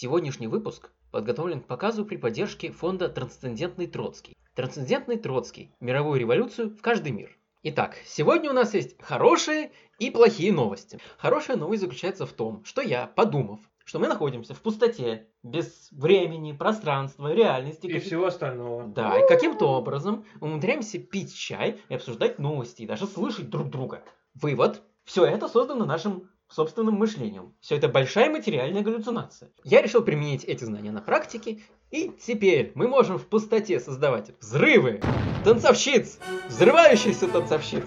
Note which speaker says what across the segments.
Speaker 1: Сегодняшний выпуск подготовлен к показу при поддержке фонда «Трансцендентный Троцкий». «Трансцендентный Троцкий. Мировую революцию в каждый мир». Итак, сегодня у нас есть хорошие и плохие новости. Хорошая новость заключается в том, что я, подумав, что мы находимся в пустоте, без времени, пространства, реальности.
Speaker 2: И
Speaker 1: каких-
Speaker 2: всего остального.
Speaker 1: Да, и каким-то образом мы умудряемся пить чай и обсуждать новости, и даже слышать друг друга. Вывод. Все это создано нашим собственным мышлением. Все это большая материальная галлюцинация. Я решил применить эти знания на практике, и теперь мы можем в пустоте создавать взрывы, танцовщиц, взрывающихся танцовщиц.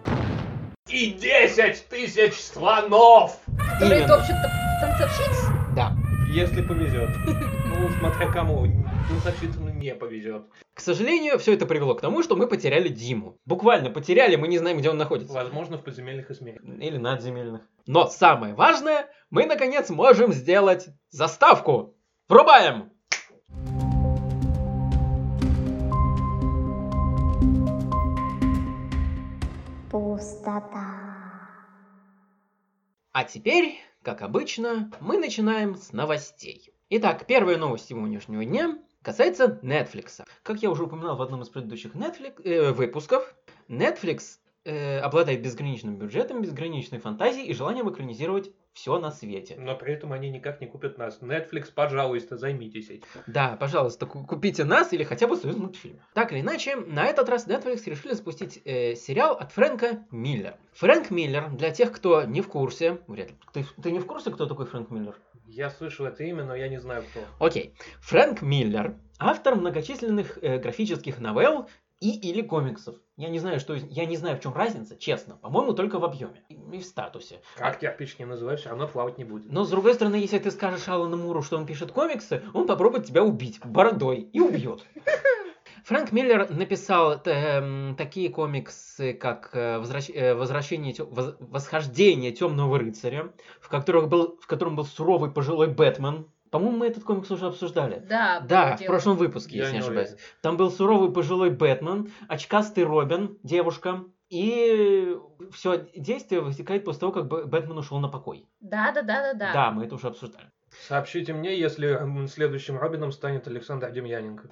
Speaker 2: И 10 тысяч слонов!
Speaker 3: Которые
Speaker 1: Именно.
Speaker 3: топчут тан- танцовщиц.
Speaker 1: Да.
Speaker 2: Если повезет. Ну, смотря кому. Ну, значит, ну, не повезет.
Speaker 1: К сожалению, все это привело к тому, что мы потеряли Диму. Буквально потеряли, мы не знаем, где он находится.
Speaker 2: Возможно, в подземельных измерениях.
Speaker 1: Или надземельных. Но самое важное, мы наконец можем сделать заставку. Врубаем!
Speaker 4: Пустота.
Speaker 1: А теперь, как обычно, мы начинаем с новостей. Итак, первая новость сегодняшнего дня касается Netflix. Как я уже упоминал в одном из предыдущих Netflix, э, выпусков, Netflix э, обладает безграничным бюджетом, безграничной фантазией и желанием экранизировать все на свете.
Speaker 2: Но при этом они никак не купят нас. Netflix, пожалуйста, займитесь этим.
Speaker 1: Да, пожалуйста, ку- купите нас или хотя бы союз мультфильм. Так или иначе, на этот раз Netflix решили запустить э, сериал от Фрэнка Миллера. Фрэнк Миллер, для тех, кто не в курсе, вряд ли. Ты, ты не в курсе, кто такой Фрэнк Миллер?
Speaker 2: Я слышал это имя, но я не знаю, кто.
Speaker 1: Окей. Фрэнк Миллер, автор многочисленных э, графических новелл и или комиксов. Я не знаю, что из- я не знаю, в чем разница, честно. По-моему, только в объеме и и в статусе.
Speaker 2: Как кирпич не называй, все равно плавать не будет.
Speaker 1: Но с другой стороны, если ты скажешь Алану Муру, что он пишет комиксы, он попробует тебя убить бородой и убьет. Фрэнк Миллер написал эм, такие комиксы, как э, «Возвращ- э, «Возвращение, тё- воз- «Восхождение темного рыцаря», в, которых был, в котором был суровый пожилой Бэтмен. По-моему, мы этот комикс уже обсуждали.
Speaker 3: Да,
Speaker 1: Да,
Speaker 3: было
Speaker 1: в
Speaker 3: дело.
Speaker 1: прошлом выпуске,
Speaker 2: Я
Speaker 1: если не
Speaker 2: не
Speaker 1: ошибаюсь. Там был суровый пожилой Бэтмен, очкастый Робин, девушка. И все действие вытекает после того, как Б- Бэтмен ушел на покой.
Speaker 3: Да, да, да, да, да.
Speaker 1: Да, мы это уже обсуждали.
Speaker 2: Сообщите мне, если м, следующим Робином станет Александр Демьяненко.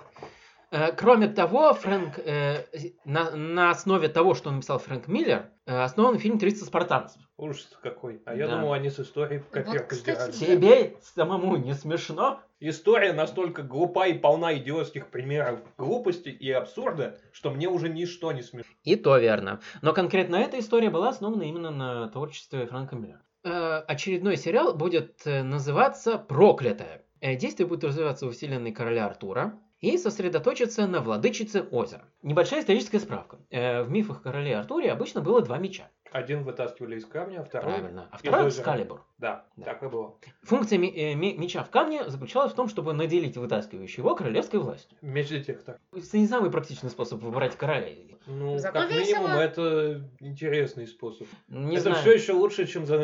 Speaker 1: Э, Кроме того, Фрэнк э, на, на основе того, что написал Фрэнк Миллер, э, основан фильм «30 спартанцев».
Speaker 2: Ужас какой. А я
Speaker 1: Да.
Speaker 2: думал, они с историей в
Speaker 3: Вот,
Speaker 2: копирку
Speaker 3: кстати,
Speaker 2: сдирались.
Speaker 1: Тебе самому не смешно?
Speaker 2: История настолько глупа и полна идиотских примеров глупости и абсурда, что мне уже ничто не смешно.
Speaker 1: И то верно. Но конкретно эта история была основана именно на творчестве Франка Миллера. Э, Очередной сериал будет э, называться «Проклятая». Э, Действие будет развиваться во вселенной короля Артура и сосредоточится на владычице озера. Небольшая историческая справка. Э, В мифах короля Артуре обычно было два меча.
Speaker 2: Один вытаскивали из камня, а второй...
Speaker 1: Правильно. А
Speaker 2: из
Speaker 1: второй
Speaker 2: озера.
Speaker 1: Экскалибур.
Speaker 2: Да,
Speaker 1: Да.
Speaker 2: так и было.
Speaker 1: Функция ми- э, ми- меча в камне заключалась в том, чтобы наделить вытаскивающего его королевской властью.
Speaker 2: Меч детектор.
Speaker 1: Это не самый практичный способ выбирать короля.
Speaker 2: Ну,
Speaker 3: Зато
Speaker 2: как минимум,
Speaker 3: весело.
Speaker 2: это интересный способ.
Speaker 1: Не
Speaker 2: это
Speaker 1: знаю.
Speaker 2: все еще лучше, чем за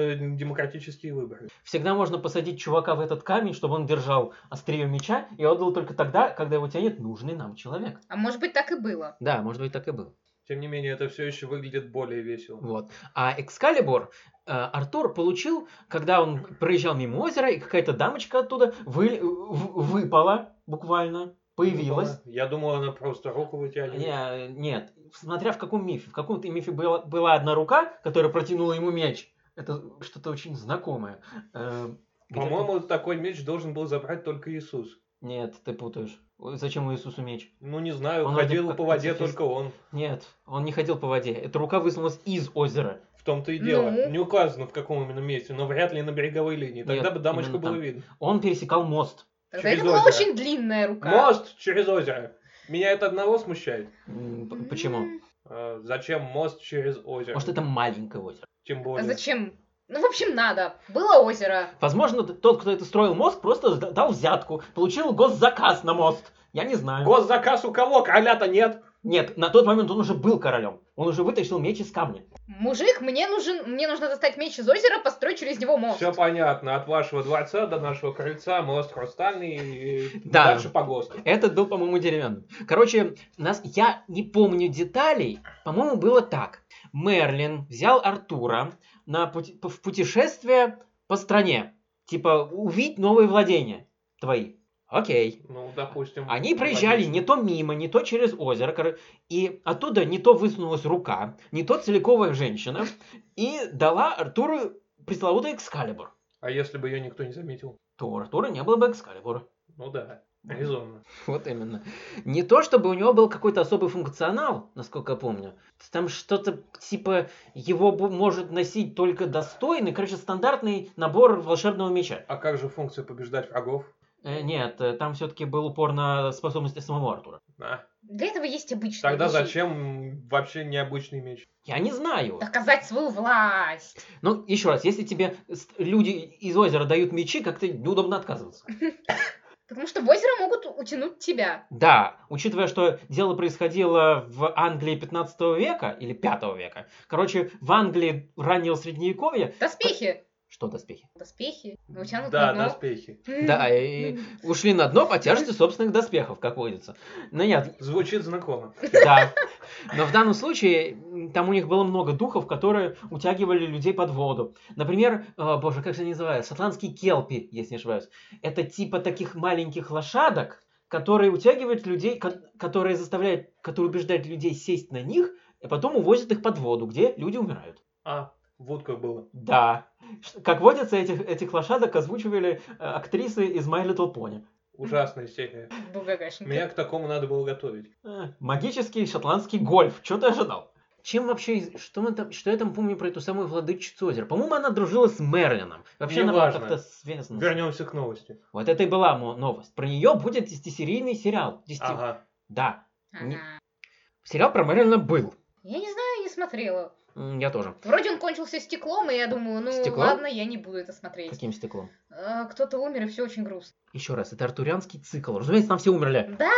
Speaker 2: демократические выборы.
Speaker 1: Всегда можно посадить чувака в этот камень, чтобы он держал острие меча и отдал только тогда, когда его тянет нужный нам человек.
Speaker 3: А может быть так и было.
Speaker 1: Да, может быть, так и было.
Speaker 2: Тем не менее, это все еще выглядит более весело.
Speaker 1: Вот. А Экскалибур э, Артур получил, когда он проезжал мимо озера, и какая-то дамочка оттуда вы- в- выпала, буквально, появилась.
Speaker 2: Я думал, она просто руку вытягивает.
Speaker 1: Не, э, нет, смотря в каком мифе. В каком-то мифе была, была одна рука, которая протянула ему меч. Это что-то очень знакомое. Э, где
Speaker 2: По-моему, такой меч должен был забрать только Иисус.
Speaker 1: ты- Нет, ты путаешь. Ой, Зачем у Иисусу меч?
Speaker 2: Ну, не знаю,
Speaker 1: Он вроде
Speaker 2: ходил
Speaker 1: как
Speaker 2: по воде
Speaker 1: пацифист.
Speaker 2: только он.
Speaker 1: Нет, он не ходил по воде. Эта рука высунулась из озера.
Speaker 2: В том-то и дело.
Speaker 3: Ну?
Speaker 2: Не указано, в каком именно месте, но вряд ли на береговой линии. Тогда
Speaker 1: Нет,
Speaker 2: бы дамочку
Speaker 1: именно
Speaker 2: было
Speaker 1: там.
Speaker 2: видно.
Speaker 1: Он пересекал мост.
Speaker 3: Тогда
Speaker 2: Через
Speaker 3: это была
Speaker 2: озеро.
Speaker 3: очень длинная рука.
Speaker 2: Мост через озеро. Меня это одного смущает.
Speaker 1: М, п-
Speaker 3: М.
Speaker 1: Почему?
Speaker 2: А, Зачем мост через озеро?
Speaker 1: Может, это маленькое озеро.
Speaker 2: Тем
Speaker 3: А
Speaker 2: более.
Speaker 3: зачем? Ну, в общем, надо. Было озеро.
Speaker 1: Возможно, т- тот, кто это строил мост, просто сда- дал взятку. Получил госзаказ на мост. Я не знаю.
Speaker 2: Госзаказ у кого? Короля-то нет.
Speaker 1: Нет, на тот момент он уже был королем. Он уже вытащил меч из камня.
Speaker 3: Мужик, мне нужен, мне нужно достать меч из озера, построить через него мост.
Speaker 2: Все понятно. От вашего дворца до нашего крыльца мост хрустальный и
Speaker 1: Да.
Speaker 2: дальше по ГОСТу.
Speaker 1: Этот был, по-моему, деревянным. Короче, нас, я не помню деталей. По-моему, было так. Мерлин взял Артура на пути- п- в путешествие по стране. Типа, увидеть новые владения. твои. Окей.
Speaker 2: Ну, допустим.
Speaker 1: Они проезжали
Speaker 2: логично.
Speaker 1: не то мимо, не то через озеро, короче, и оттуда не то высунулась рука, не то целиковая женщина, и дала Артуру пресловутый экскалибур.
Speaker 2: А если бы ее никто не заметил?
Speaker 1: То у Артура не было бы экскалибура.
Speaker 2: Ну да, резонно.
Speaker 1: Вот именно. Не то, чтобы у него был какой-то особый функционал, насколько я помню. Там что-то типа его бу- может носить только достойный, короче, стандартный набор волшебного меча.
Speaker 2: А как же функция побеждать врагов?
Speaker 1: Э, нет, э, там все-таки был упор на способности самого Артура.
Speaker 2: А,
Speaker 3: Для этого есть обычные
Speaker 2: Тогда
Speaker 3: вещи.
Speaker 2: зачем вообще необычный меч?
Speaker 1: Я не знаю.
Speaker 3: Доказать свою власть.
Speaker 1: Ну, еще раз, если тебе с- люди из озера дают мечи, как-то неудобно отказываться.
Speaker 3: Потому что в озеро могут утянуть тебя.
Speaker 1: Да, учитывая, что дело происходило в Англии 15 века или 5 века. Короче, в Англии раннего средневековья...
Speaker 3: Доспехи.
Speaker 1: Что доспехи?
Speaker 3: Доспехи. Ну, тянут
Speaker 2: Да,
Speaker 3: на дно. М-м-м.
Speaker 2: доспехи.
Speaker 1: Да, и ушли на дно по тяжести собственных доспехов, как водится. Ну нет,
Speaker 2: Звучит знакомо.
Speaker 1: да. Но в данном случае м, там у них было много духов, которые утягивали людей под воду. Например, э, боже, как же они называются? Шотландские келпи, если не ошибаюсь. Это типа таких маленьких лошадок, которые утягивают людей, ко- которые заставляют, которые убеждают людей сесть на них, и потом увозят их под воду, где люди умирают.
Speaker 2: А, водка было.
Speaker 1: Да. Ш- Как водится, этих, этих лошадок озвучивали э, актрисы из My Little Pony.
Speaker 2: Ужасная серия.
Speaker 3: Был гагашенька.
Speaker 2: Меня к такому надо было готовить.
Speaker 1: Э, Магический шотландский гольф. Что ты ожидал? Чем вообще, из- что, мы там, что я там помню про эту самую владычицу озера? По-моему, она дружила с Мерлином. Вообще она была
Speaker 2: Неважно.
Speaker 1: как-то связана. с-
Speaker 2: Вернемся к новости.
Speaker 1: Вот это и была мо- новость. Про нее будет десятисерийный сериал. Десяти-
Speaker 2: Ага.
Speaker 1: Да.
Speaker 3: Ага.
Speaker 1: Сериал про Мерлина был.
Speaker 3: Я не знаю, не смотрела.
Speaker 1: М, Я тоже.
Speaker 3: Вроде он кончился стеклом, и я думаю, ну
Speaker 1: Стеклом?
Speaker 3: ладно, я не буду это смотреть.
Speaker 1: Каким стеклом?
Speaker 3: Э, Кто-то умер, и все очень грустно.
Speaker 1: Еще раз, это артурианский цикл. Разумеется, там все умерли.
Speaker 3: Да,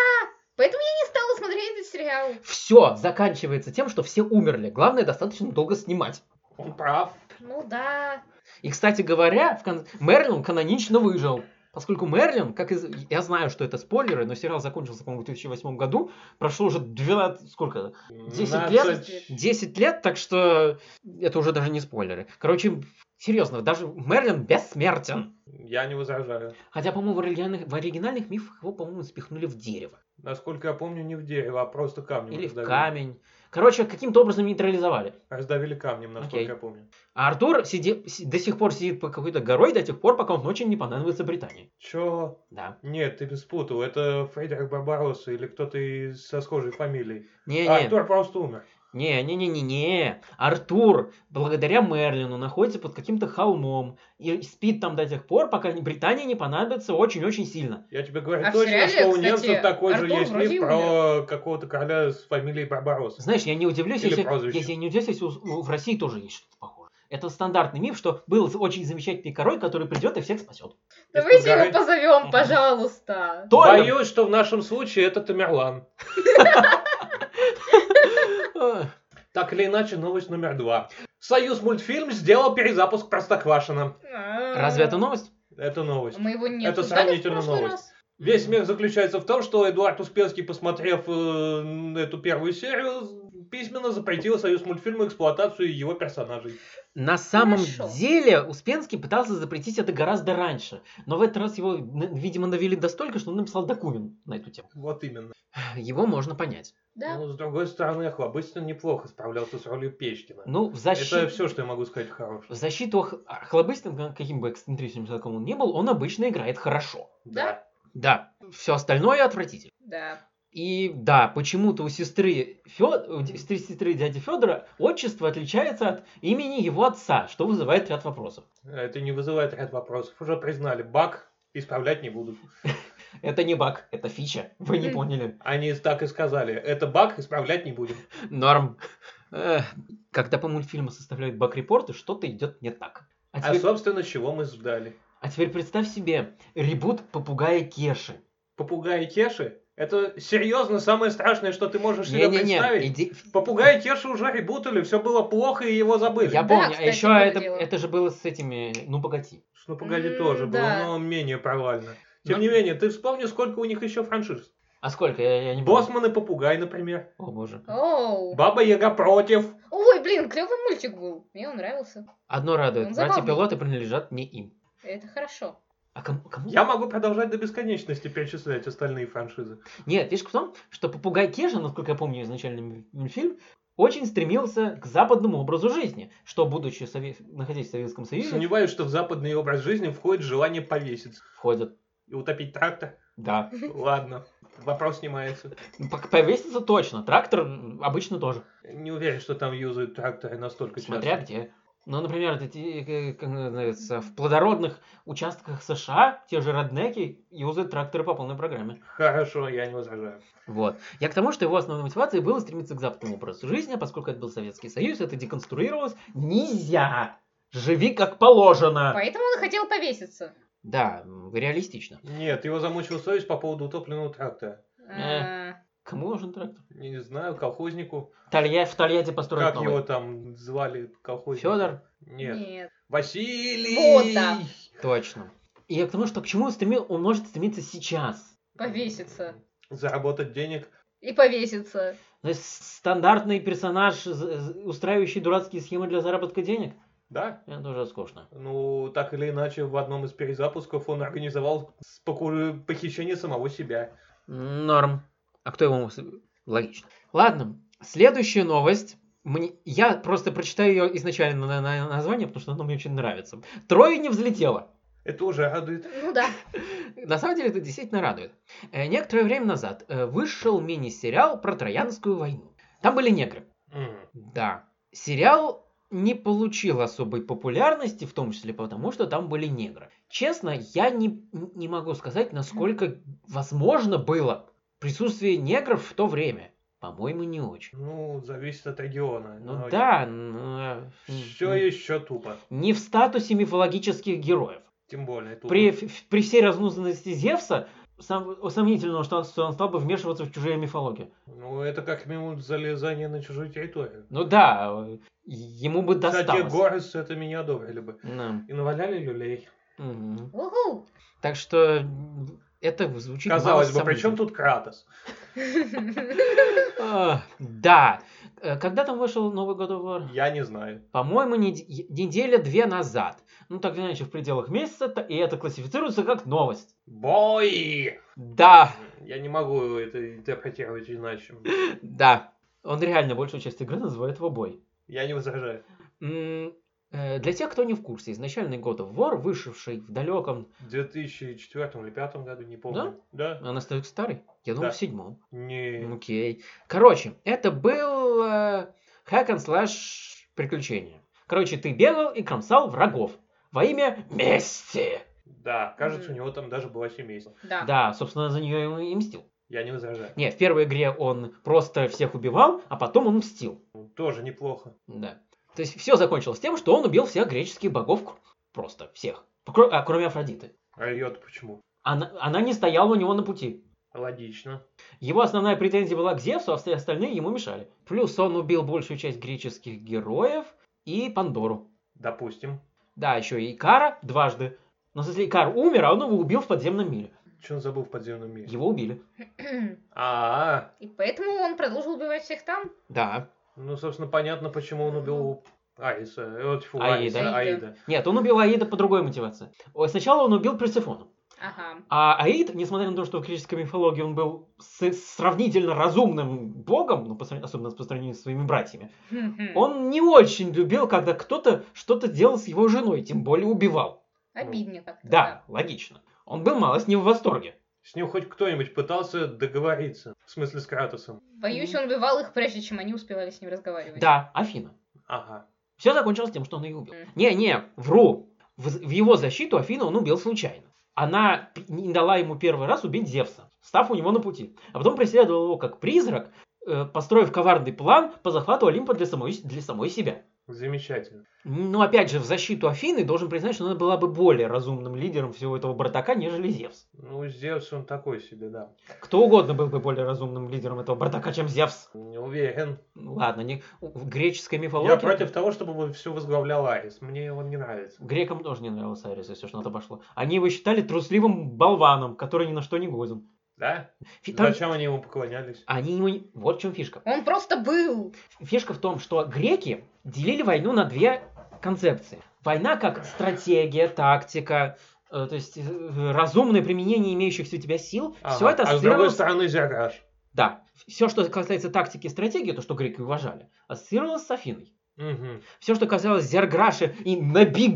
Speaker 3: поэтому я не стала смотреть этот сериал.
Speaker 1: Все заканчивается тем, что все умерли. Главное, достаточно долго снимать.
Speaker 2: Он прав.
Speaker 3: Ну да.
Speaker 1: И, кстати говоря, в кон- Мерлин канонично выжил. Поскольку Мерлин, как из... я знаю, что это спойлеры, но сериал закончился, по-моему, в 2008 году, прошло уже 12... сколько? это? 10 лет?
Speaker 2: 12.
Speaker 1: 10 лет, так что это уже даже не спойлеры. Короче, серьезно, даже Мерлин бессмертен.
Speaker 2: Я не возражаю.
Speaker 1: Хотя, по-моему, в оригинальных, в оригинальных мифах его, по-моему, спихнули в дерево.
Speaker 2: Насколько я помню, не в дерево, а просто камнем.
Speaker 1: Или в
Speaker 2: раздавили.
Speaker 1: камень. Короче, каким-то образом нейтрализовали.
Speaker 2: Раздавили камнем, насколько
Speaker 1: Окей.
Speaker 2: я помню.
Speaker 1: А Артур сиде- си- до сих пор сидит по какой-то горой до тех пор, пока он ночью не понадобится Британии.
Speaker 2: Чё?
Speaker 1: Да.
Speaker 2: Нет, ты спутал. Это Фредерик Барбаросса или кто-то из- со схожей фамилией.
Speaker 1: Не-не.
Speaker 2: Артур просто умер.
Speaker 1: Не-не-не-не-не. Артур, благодаря Мерлину, находится под каким-то холмом и спит там до тех пор, пока не- Британия не понадобится очень-очень сильно.
Speaker 2: Я тебе говорю
Speaker 3: А в
Speaker 2: точно,
Speaker 3: сериале,
Speaker 2: что у
Speaker 3: кстати,
Speaker 2: немцев такой же
Speaker 3: Артур
Speaker 2: есть
Speaker 3: вроде
Speaker 2: миф
Speaker 3: и
Speaker 2: про какого-то короля с фамилией Барбаросса.
Speaker 1: Знаешь, я не удивлюсь,
Speaker 2: Или
Speaker 1: если,
Speaker 2: прозвище.
Speaker 1: если я не удивлюсь, если у- у- в России тоже есть что-то похожее. Это стандартный миф, что был очень замечательный король, который придет и всех спасет.
Speaker 3: Давайте
Speaker 2: Из-под горы.
Speaker 3: его позовем, пожалуйста.
Speaker 1: Толя!
Speaker 2: Боюсь, что в нашем случае это Тамерлан.
Speaker 1: Э,
Speaker 2: Так или иначе, новость номер два. Союз мультфильм сделал перезапуск Простоквашино.
Speaker 1: Разве это новость?
Speaker 2: Это новость.
Speaker 3: А, Мы его не
Speaker 2: Это
Speaker 3: обсуждали в
Speaker 2: сравнительно
Speaker 3: прошлый
Speaker 2: новость.
Speaker 3: раз.
Speaker 2: Весь мир заключается в том, что Эдуард Успенский, посмотрев э, эту первую серию, письменно запретил Союз мультфильма эксплуатацию его персонажей.
Speaker 1: На самом
Speaker 3: Хорошо.
Speaker 1: деле Успенский пытался запретить это гораздо раньше, но в этот раз его, н- видимо, навели достолько, что он написал документ на эту тему.
Speaker 2: Вот именно.
Speaker 1: Его можно понять.
Speaker 3: Да.
Speaker 2: Ну, с другой стороны, Охлобыстин неплохо справлялся с ролью Печкина.
Speaker 1: Ну, в
Speaker 2: Это
Speaker 1: защиту...
Speaker 2: все, что я могу сказать
Speaker 1: В
Speaker 2: хорошего.
Speaker 1: защиту Ох- Охлобыстина, каким бы эксцентричным человеком он ни был, он обычно играет хорошо.
Speaker 3: Да?
Speaker 1: Да, все остальное отвратительно.
Speaker 3: Да.
Speaker 1: И да, почему-то у сестры, Фё- у де- сестры, сестры дяди Федора отчество отличается от имени его отца, что вызывает ряд вопросов.
Speaker 2: Это не вызывает ряд вопросов. Уже признали баг, исправлять не буду.
Speaker 1: Это не баг, это фича. Вы не
Speaker 3: Мгм.
Speaker 1: поняли.
Speaker 2: Они так и сказали. Это баг, исправлять не будем.
Speaker 1: Норм. Эх, Когда по мультфильму составляют баг-репорты, что-то идет не так. А
Speaker 2: А,
Speaker 1: теперь,
Speaker 2: собственно, чего мы ждали?
Speaker 1: а теперь представь себе ребут попугая Кеши.
Speaker 2: Попугай Кеши? Это серьезно самое страшное, что ты можешь себе
Speaker 1: Не-не-не,
Speaker 2: представить?
Speaker 1: иди-
Speaker 2: Попугай Кеши уже ребутали, все было плохо и его забыли.
Speaker 1: Я
Speaker 3: Да,
Speaker 1: помню, а
Speaker 3: кстати,
Speaker 1: еще
Speaker 3: было
Speaker 1: это,
Speaker 3: дело.
Speaker 1: это же было с этими, ну погоди.
Speaker 2: Ну погоди,
Speaker 3: М,
Speaker 2: тоже
Speaker 3: да.
Speaker 2: было, но менее провально. Тем
Speaker 1: Ну-
Speaker 2: не менее, ты вспомни, сколько у них еще франшиз.
Speaker 1: А сколько? Я, я не помню.
Speaker 2: Боссман и Попугай, например.
Speaker 1: О боже.
Speaker 3: Оу.
Speaker 2: Баба Яга против.
Speaker 3: Ой, блин, клевый мультик был. Мне он нравился.
Speaker 1: Одно радует,
Speaker 3: Он
Speaker 1: братья
Speaker 3: забавный.
Speaker 1: пилоты принадлежат не им.
Speaker 3: Это хорошо.
Speaker 1: А кому? кому?
Speaker 2: Я могу продолжать до бесконечности перечислять остальные франшизы.
Speaker 1: Нет, фишка в том, что попугай Кеша, насколько я помню изначальный м- фильм, очень стремился к западному образу жизни, что, будучи сове- находясь в Советском Союзе,
Speaker 2: Сомневаюсь, что в западный образ жизни входит желание повеситься
Speaker 1: входят.
Speaker 2: и утопить трактор.
Speaker 1: Да.
Speaker 2: Ладно, вопрос снимается.
Speaker 1: Ну, пок- Повесится точно. Трактор м, обычно тоже.
Speaker 2: Не уверен, что там юзают тракторы настолько часто.
Speaker 1: Смотря где. Ну, например, вот эти, э, как называется, в плодородных участках США те же роднеки юзают тракторы по полной программе.
Speaker 2: Хорошо, я не возражаю.
Speaker 1: Вот. Я к тому, что его основной мотивацией было стремиться к западному образу жизни, а поскольку это был Советский Союз, это деконструировалось. Нельзя! Живи как положено!
Speaker 3: Поэтому он и хотел повеситься.
Speaker 1: Да, м, реалистично.
Speaker 2: Нет, его замучила совесть по поводу утопленного трактора.
Speaker 1: Э.
Speaker 3: А,
Speaker 1: Кому нужен трактор?
Speaker 2: Не знаю, колхознику.
Speaker 1: Толья- в Тольятти построят
Speaker 2: Как его
Speaker 1: новый.
Speaker 2: там звали, колхозник?
Speaker 1: Федор?
Speaker 2: Нет.
Speaker 3: Нет.
Speaker 2: Василий!
Speaker 3: Вот так.
Speaker 1: Точно. И я к тому, что к чему он стремил, он может стремиться сейчас.
Speaker 3: Повеситься.
Speaker 2: Заработать денег.
Speaker 3: И повеситься.
Speaker 1: То есть стандартный персонаж, з- з- устраивающий дурацкие схемы для заработка денег,
Speaker 2: Да?
Speaker 1: это тоже скучно.
Speaker 2: Ну, так или иначе, в одном из перезапусков он организовал споку- похищение самого себя.
Speaker 1: Норм. А кто его... мог с- Логично. Ладно, следующая новость. Мне... Я просто прочитаю ее изначально на, на- на название, потому что оно мне очень нравится. Трое не взлетело.
Speaker 2: Это уже радует.
Speaker 3: Ну да.
Speaker 1: На самом деле это действительно радует. Э, Некоторое время назад э, вышел мини-сериал про Троянскую войну. Там были негры.
Speaker 2: М.
Speaker 1: Да. Сериал не получил особой популярности, в том числе потому, что там были негры. Честно, я не, не могу сказать, насколько возможно было присутствие негров в то время. По-моему, не очень.
Speaker 2: Ну, зависит от региона.
Speaker 1: Ну да, но, э,
Speaker 2: Все
Speaker 1: м,
Speaker 2: еще тупо.
Speaker 1: не в статусе мифологических героев.
Speaker 2: Тем более тупо.
Speaker 1: При, ф- при всей разнузанности Зевса, сом- сомнительно, что он, что он стал бы вмешиваться в чужие мифологии.
Speaker 2: Ну, это как минимум залезание на чужую территорию.
Speaker 1: Ну да, э, ему бы
Speaker 2: Кстати,
Speaker 1: досталось.
Speaker 2: Горец это меня одобрили бы.
Speaker 1: Да.
Speaker 2: И наваляли люлей.
Speaker 1: Мгм.
Speaker 3: Уху.
Speaker 1: Так что м, это звучит
Speaker 2: Казалось
Speaker 1: мало
Speaker 2: бы, при чем
Speaker 1: сомнительно.
Speaker 2: тут Кратос?
Speaker 1: А, Да. Э, Когда там вышел Новый God of War?
Speaker 2: Я не знаю.
Speaker 1: По-моему, нед- неделя две назад. Ну, так или иначе, в пределах месяца, та- и это классифицируется как новость.
Speaker 2: Бой!
Speaker 1: Да,
Speaker 2: Я не могу это интерпретировать иначе.
Speaker 1: да. Он реально большую часть игры называет его бой.
Speaker 2: Я не возражаю.
Speaker 1: М, э, Для тех, кто не в курсе, изначальный God of War, вышедший в далеком...
Speaker 2: В 2004 или 2005 году, не помню. Да?
Speaker 1: Он остается старый? Я думал,
Speaker 2: Да.
Speaker 1: в седьмом.
Speaker 2: Не.
Speaker 1: Окей. Короче, это был э, hack and slash приключение. Короче, ты бегал и кромсал врагов во имя мести.
Speaker 2: Да, кажется,
Speaker 3: Мгм.
Speaker 2: у него там даже была семейство.
Speaker 3: Да.
Speaker 1: Да, собственно, за нее и мстил.
Speaker 2: Я не возражаю.
Speaker 1: Не, в первой игре он просто всех убивал, а потом он мстил.
Speaker 2: Ну, Тоже неплохо.
Speaker 1: Да. То есть все закончилось тем, что он убил всех греческих богов кр- просто всех, Кро- а, кроме Афродиты.
Speaker 2: А ее-то почему?
Speaker 1: Она, она не стояла у него на пути.
Speaker 2: Логично.
Speaker 1: Его основная претензия была к Зевсу, а все остальные ему мешали. Плюс он убил большую часть греческих героев и Пандору.
Speaker 2: Допустим.
Speaker 1: Да, еще и Икара дважды. Но если Икар умер, а он его убил в подземном мире.
Speaker 2: Че он забыл в подземном мире?
Speaker 1: Его убили.
Speaker 2: А,
Speaker 3: И поэтому он продолжил убивать всех там.
Speaker 1: Да.
Speaker 2: ну, собственно, понятно, почему он убил Аиса. Э, вот, фу,
Speaker 1: Аида.
Speaker 2: Аиса,
Speaker 3: Аида.
Speaker 2: Аида.
Speaker 1: Нет, он убил Аида по другой мотивации. О, Сначала он убил Персефону.
Speaker 3: Ага.
Speaker 1: А Аид, несмотря на то, что в греческой мифологии он был с- сравнительно разумным богом, ну, по сравнению- особенно по сравнению с своими братьями,
Speaker 3: Хм-хм.
Speaker 1: он не очень любил, когда кто-то что-то делал с его женой, тем более убивал.
Speaker 3: Обидненько.
Speaker 1: Да, логично. Он был малость не в восторге.
Speaker 2: С ним хоть кто-нибудь пытался договориться. В смысле, с Кратосом.
Speaker 3: Боюсь, он убивал их, прежде чем они успевали с ним разговаривать.
Speaker 1: Да, Афина.
Speaker 2: Ага.
Speaker 1: Все закончилось тем, что он ее убил.
Speaker 3: Мгм.
Speaker 1: Не-не, вру. В, в его защиту Афину он убил случайно. Она п- не дала ему первый раз убить Зевса, став у него на пути. А потом преследовала его как призрак, э, построив коварный план по захвату Олимпа для самой, с- для самой себя.
Speaker 2: Замечательно.
Speaker 1: Но опять же, в защиту Афины должен признать, что она была бы более разумным лидером всего этого бартака, нежели Зевс.
Speaker 2: Ну, Зевс он такой себе, да.
Speaker 1: Кто угодно был бы более разумным лидером этого бартака, чем Зевс.
Speaker 2: Не уверен.
Speaker 1: Ну Ладно, не... в греческой мифологии...
Speaker 2: Я против того, чтобы все возглавлял Арис. Мне он не нравится.
Speaker 1: Грекам тоже не нравился Арис, если что-то пошло. Они его считали трусливым болваном, который ни на что не годен.
Speaker 2: Да?
Speaker 1: Фи- там-
Speaker 2: Зачем они ему поклонялись?
Speaker 1: Они ему... не- Вот в чем фишка.
Speaker 3: Он просто был.
Speaker 1: Фишка в том, что греки делили войну на две концепции. Война как стратегия, тактика, э, то есть э, разумное применение имеющихся у тебя сил,
Speaker 2: Ага.
Speaker 1: все это
Speaker 2: а с другой
Speaker 1: ассоциировалось-
Speaker 2: стороны, Зергаш.
Speaker 1: Да, все, что касается тактики и стратегии, то, что греки уважали, ассоциировалось с Афиной.
Speaker 2: Угу.
Speaker 1: Все, что касалось Зерграша и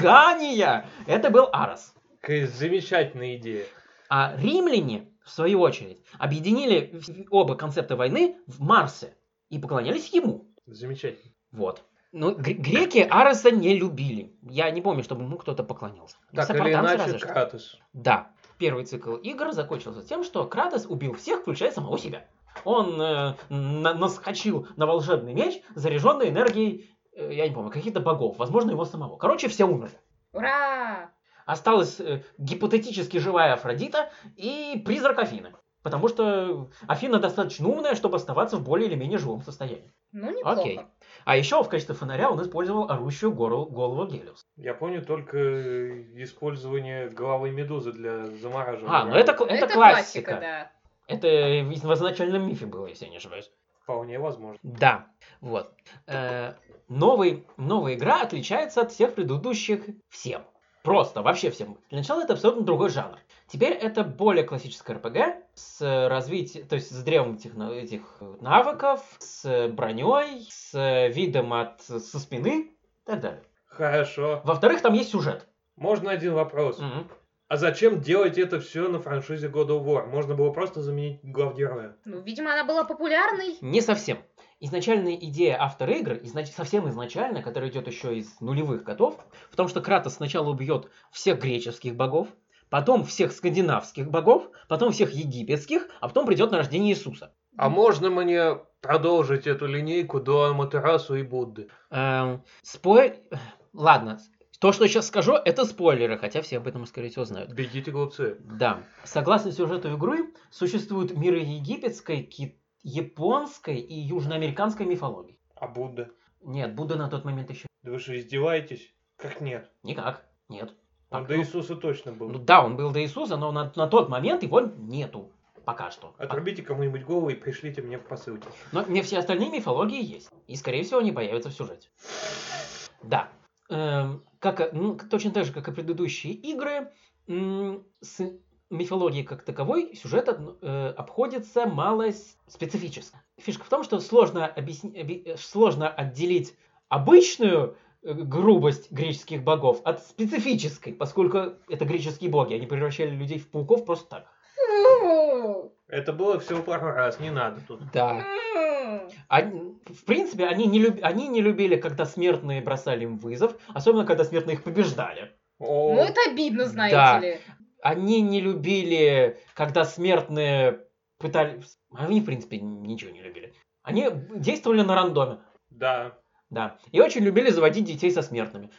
Speaker 1: набегания, это был Арос.
Speaker 2: Какая замечательная идея.
Speaker 1: А римляне, в свою очередь, объединили в- оба концепта войны в Марсе и поклонялись ему.
Speaker 2: Замечательно.
Speaker 1: Вот. Ну, гр- греки Ароса не любили. Я не помню, чтобы ему кто-то поклонялся.
Speaker 2: Так или
Speaker 1: Месопотамцы Ну, разве
Speaker 2: иначе,
Speaker 1: что.
Speaker 2: Кратос.
Speaker 1: Да. Первый цикл игр закончился тем, что Кратос убил всех, включая самого себя. Он э, на- наскочил на волшебный меч, заряженный энергией, э, я не помню, каких-то богов, возможно, его самого. Короче, все умерли.
Speaker 3: Ура!
Speaker 1: Осталась э, гипотетически живая Афродита и призрак Афины. Потому что Афина достаточно умная, чтобы оставаться в более или менее живом состоянии.
Speaker 3: Ну,
Speaker 1: Окей.
Speaker 3: неплохо.
Speaker 1: А еще в качестве фонаря он использовал орущую гору, голову Гелиуса.
Speaker 2: Я помню только э, использование головы медузы для замораживания.
Speaker 1: А, ну это, кл- это, классика.
Speaker 3: да.
Speaker 1: Это в изначальном мифе было, если я не ошибаюсь.
Speaker 2: Вполне возможно.
Speaker 1: Да, вот. Э, новый, новая игра отличается от всех предыдущих всем. Просто, вообще всем. Для начала это абсолютно другой жанр. Теперь это более классическая РПГ с э, развитием, то есть с древом техно- этих э, навыков, с броней, с э, видом от со спины и так далее.
Speaker 2: Хорошо.
Speaker 1: Во-вторых, там есть сюжет.
Speaker 2: Можно один вопрос?
Speaker 1: Мгм.
Speaker 2: А зачем делать это все на франшизе God of War? Можно было просто заменить главгероя.
Speaker 3: Ну, видимо, она была популярной.
Speaker 1: Не совсем. Изначальная идея автора игры, изнач- совсем изначально, которая идет еще из нулевых годов, в том, что Кратос сначала убьет всех греческих богов, потом всех скандинавских богов, потом всех египетских, а потом придет на рождение Иисуса.
Speaker 2: А можно мне продолжить эту линейку до Аматерасу и Будды?
Speaker 1: Эм, спой- Ладно, то, что сейчас скажу, это спойлеры, хотя все об этом, скорее всего, знают.
Speaker 2: Бегите, глупцы.
Speaker 1: Да. Согласно сюжету игры, существуют миры египетской, ки- японской и южноамериканской мифологии.
Speaker 2: А Будда?
Speaker 1: Нет, Будда на тот момент еще
Speaker 2: Да вы что, издеваетесь? Как нет?
Speaker 1: Никак. Нет.
Speaker 2: Он
Speaker 1: Пока-
Speaker 2: до Иисуса точно
Speaker 1: Ну
Speaker 2: был.
Speaker 1: да, он был до Иисуса, но на, на тот момент его нету. Пока что.
Speaker 2: Отрубите кому-нибудь голову и пришлите мне в посылке.
Speaker 1: Но не все остальные мифологии есть. И, скорее всего, они появятся в сюжете. Да. Эм, как, ну, к- точно так же, как и предыдущие игры, м, с мифологией как таковой сюжет одно- э, обходится мало с- специфически. Фишка в том, что сложно, объясни- обе- э, сложно отделить обычную э, грубость греческих богов от специфической, поскольку это греческие боги, они превращали людей в пауков просто так.
Speaker 3: Фу!
Speaker 2: Это было всего пару раз, не надо тут.
Speaker 1: Да.
Speaker 3: М.
Speaker 1: Они- в принципе, они не, люб- они не любили, когда смертные бросали им вызов, особенно когда смертные их побеждали.
Speaker 2: О,
Speaker 3: Ну, это обидно,
Speaker 1: Да.
Speaker 3: знаете ли.
Speaker 1: Они не любили, когда смертные пытались... Они, в принципе, ничего не любили. Они действовали на рандоме,
Speaker 2: Да.
Speaker 1: да. И очень любили заводить детей со смертными.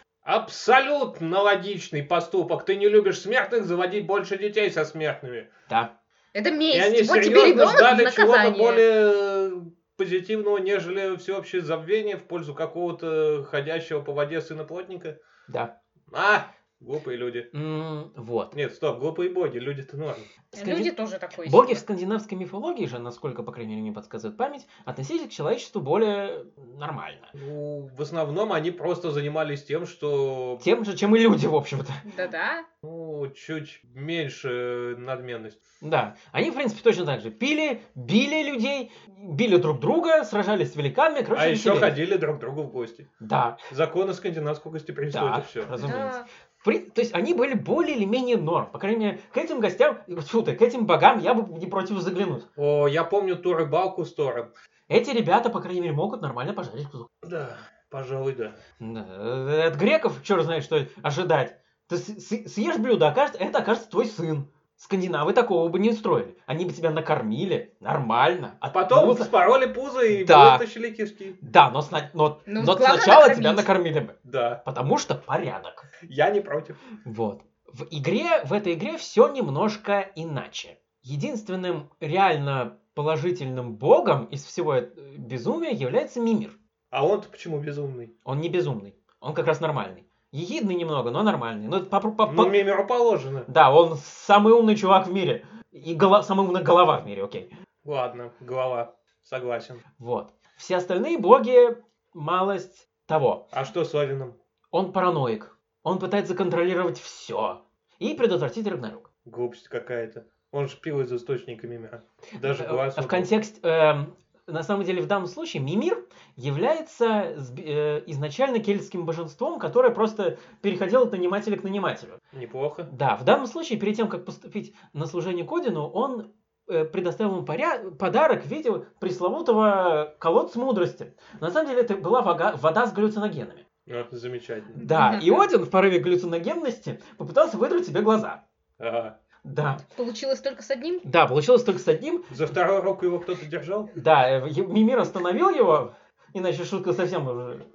Speaker 2: Абсолютно логичный поступок. Ты не любишь смертных, заводить больше детей со смертными.
Speaker 1: Да.
Speaker 3: Это
Speaker 2: И
Speaker 3: месть.
Speaker 2: они
Speaker 3: вот тебе
Speaker 2: серьезно
Speaker 3: ребенок в
Speaker 2: ждали чего-то
Speaker 3: наказание.
Speaker 2: более э, позитивного, нежели всеобщее забвение в пользу какого-то ходящего по воде сына плотника.
Speaker 1: Да.
Speaker 2: А, глупые люди.
Speaker 1: М, вот.
Speaker 2: Нет, стоп, глупые боги, люди-то норм.
Speaker 1: Сканди-
Speaker 3: Люди тоже такое.
Speaker 1: Боги
Speaker 3: себе.
Speaker 1: в скандинавской мифологии же, насколько, по крайней мере, мне подсказывает память, относились к человечеству более нормально.
Speaker 2: Ну, в основном они просто занимались тем, что
Speaker 1: Тем же, чем и люди, в общем-то.
Speaker 3: Да-да.
Speaker 2: ну, чуть меньше надменность.
Speaker 1: Да, они, в принципе, точно так же пили, били людей, били друг друга, сражались с великанами, короче,
Speaker 2: а еще
Speaker 1: веселились.
Speaker 2: ходили друг к другу в гости.
Speaker 1: Да,
Speaker 2: Законы скандинавского гостеприимства
Speaker 1: да,
Speaker 2: это все.
Speaker 1: разумеется.
Speaker 3: Да.
Speaker 1: При- То есть они были более или менее норм. По крайней мере, к этим гостям, тьфу ты, к этим богам я бы не против заглянуть.
Speaker 2: О, я помню ту рыбалку с Тором.
Speaker 1: Эти ребята, по крайней мере, могут нормально пожарить кузов.
Speaker 2: Да, пожалуй, да.
Speaker 1: Да, э, От греков черт знает что ожидать. Ты с- с- съешь блюдо, окажется, это окажется твой сын. Скандинавы такого бы не устроили. Они бы тебя накормили нормально.
Speaker 2: А потом
Speaker 1: отпузо.
Speaker 2: спороли пузо и
Speaker 1: Ну, Да.
Speaker 2: вытащили кишки.
Speaker 1: Да, но, сна- но-
Speaker 3: Ну,
Speaker 1: но
Speaker 3: главное
Speaker 1: сначала
Speaker 3: накормить.
Speaker 1: тебя накормили бы.
Speaker 2: Да,
Speaker 1: Потому что порядок.
Speaker 2: я не против.
Speaker 1: Вот. В игре, в этой игре все немножко иначе. Единственным реально положительным богом из всего э- безумия является Мимир.
Speaker 2: А он-то почему безумный?
Speaker 1: Он не безумный. Он как раз нормальный. Ехидный немного, но нормальный. Ну, по- по- по-
Speaker 2: Ну, Мимиру положено.
Speaker 1: Да, он самый умный чувак в мире. И голо- самая умная голова в мире, окей.
Speaker 2: Ладно, голова. Согласен.
Speaker 1: Вот. Все остальные боги малость того.
Speaker 2: А что с Овином?
Speaker 1: Он параноик. Он пытается контролировать все. и предотвратить Рагнарёк.
Speaker 2: Глупость какая-то. Он же пил из источника мимя. Даже
Speaker 1: Э,
Speaker 2: глаз.
Speaker 1: В контексте, эм, на самом деле, в данном случае Мимир является сби- э, изначально кельтским божеством, которое просто переходило от нанимателя к нанимателю.
Speaker 2: Неплохо.
Speaker 1: Да, в данном случае, перед тем, как поступить на служение к Одину, он э, предоставил ему поря- подарок в виде пресловутого колодца мудрости. На самом деле это была вага- вода с галлюциногенами.
Speaker 2: А, замечательно.
Speaker 1: Да, и Один в порыве галлюциногенности попытался выдрать себе глаза.
Speaker 2: Ага.
Speaker 1: Да,
Speaker 3: Получилось только с одним?
Speaker 1: да, получилось только с одним.
Speaker 2: За вторую руку его кто-то держал?
Speaker 1: Да, э, е- Мимир остановил его, иначе шутка совсем уже...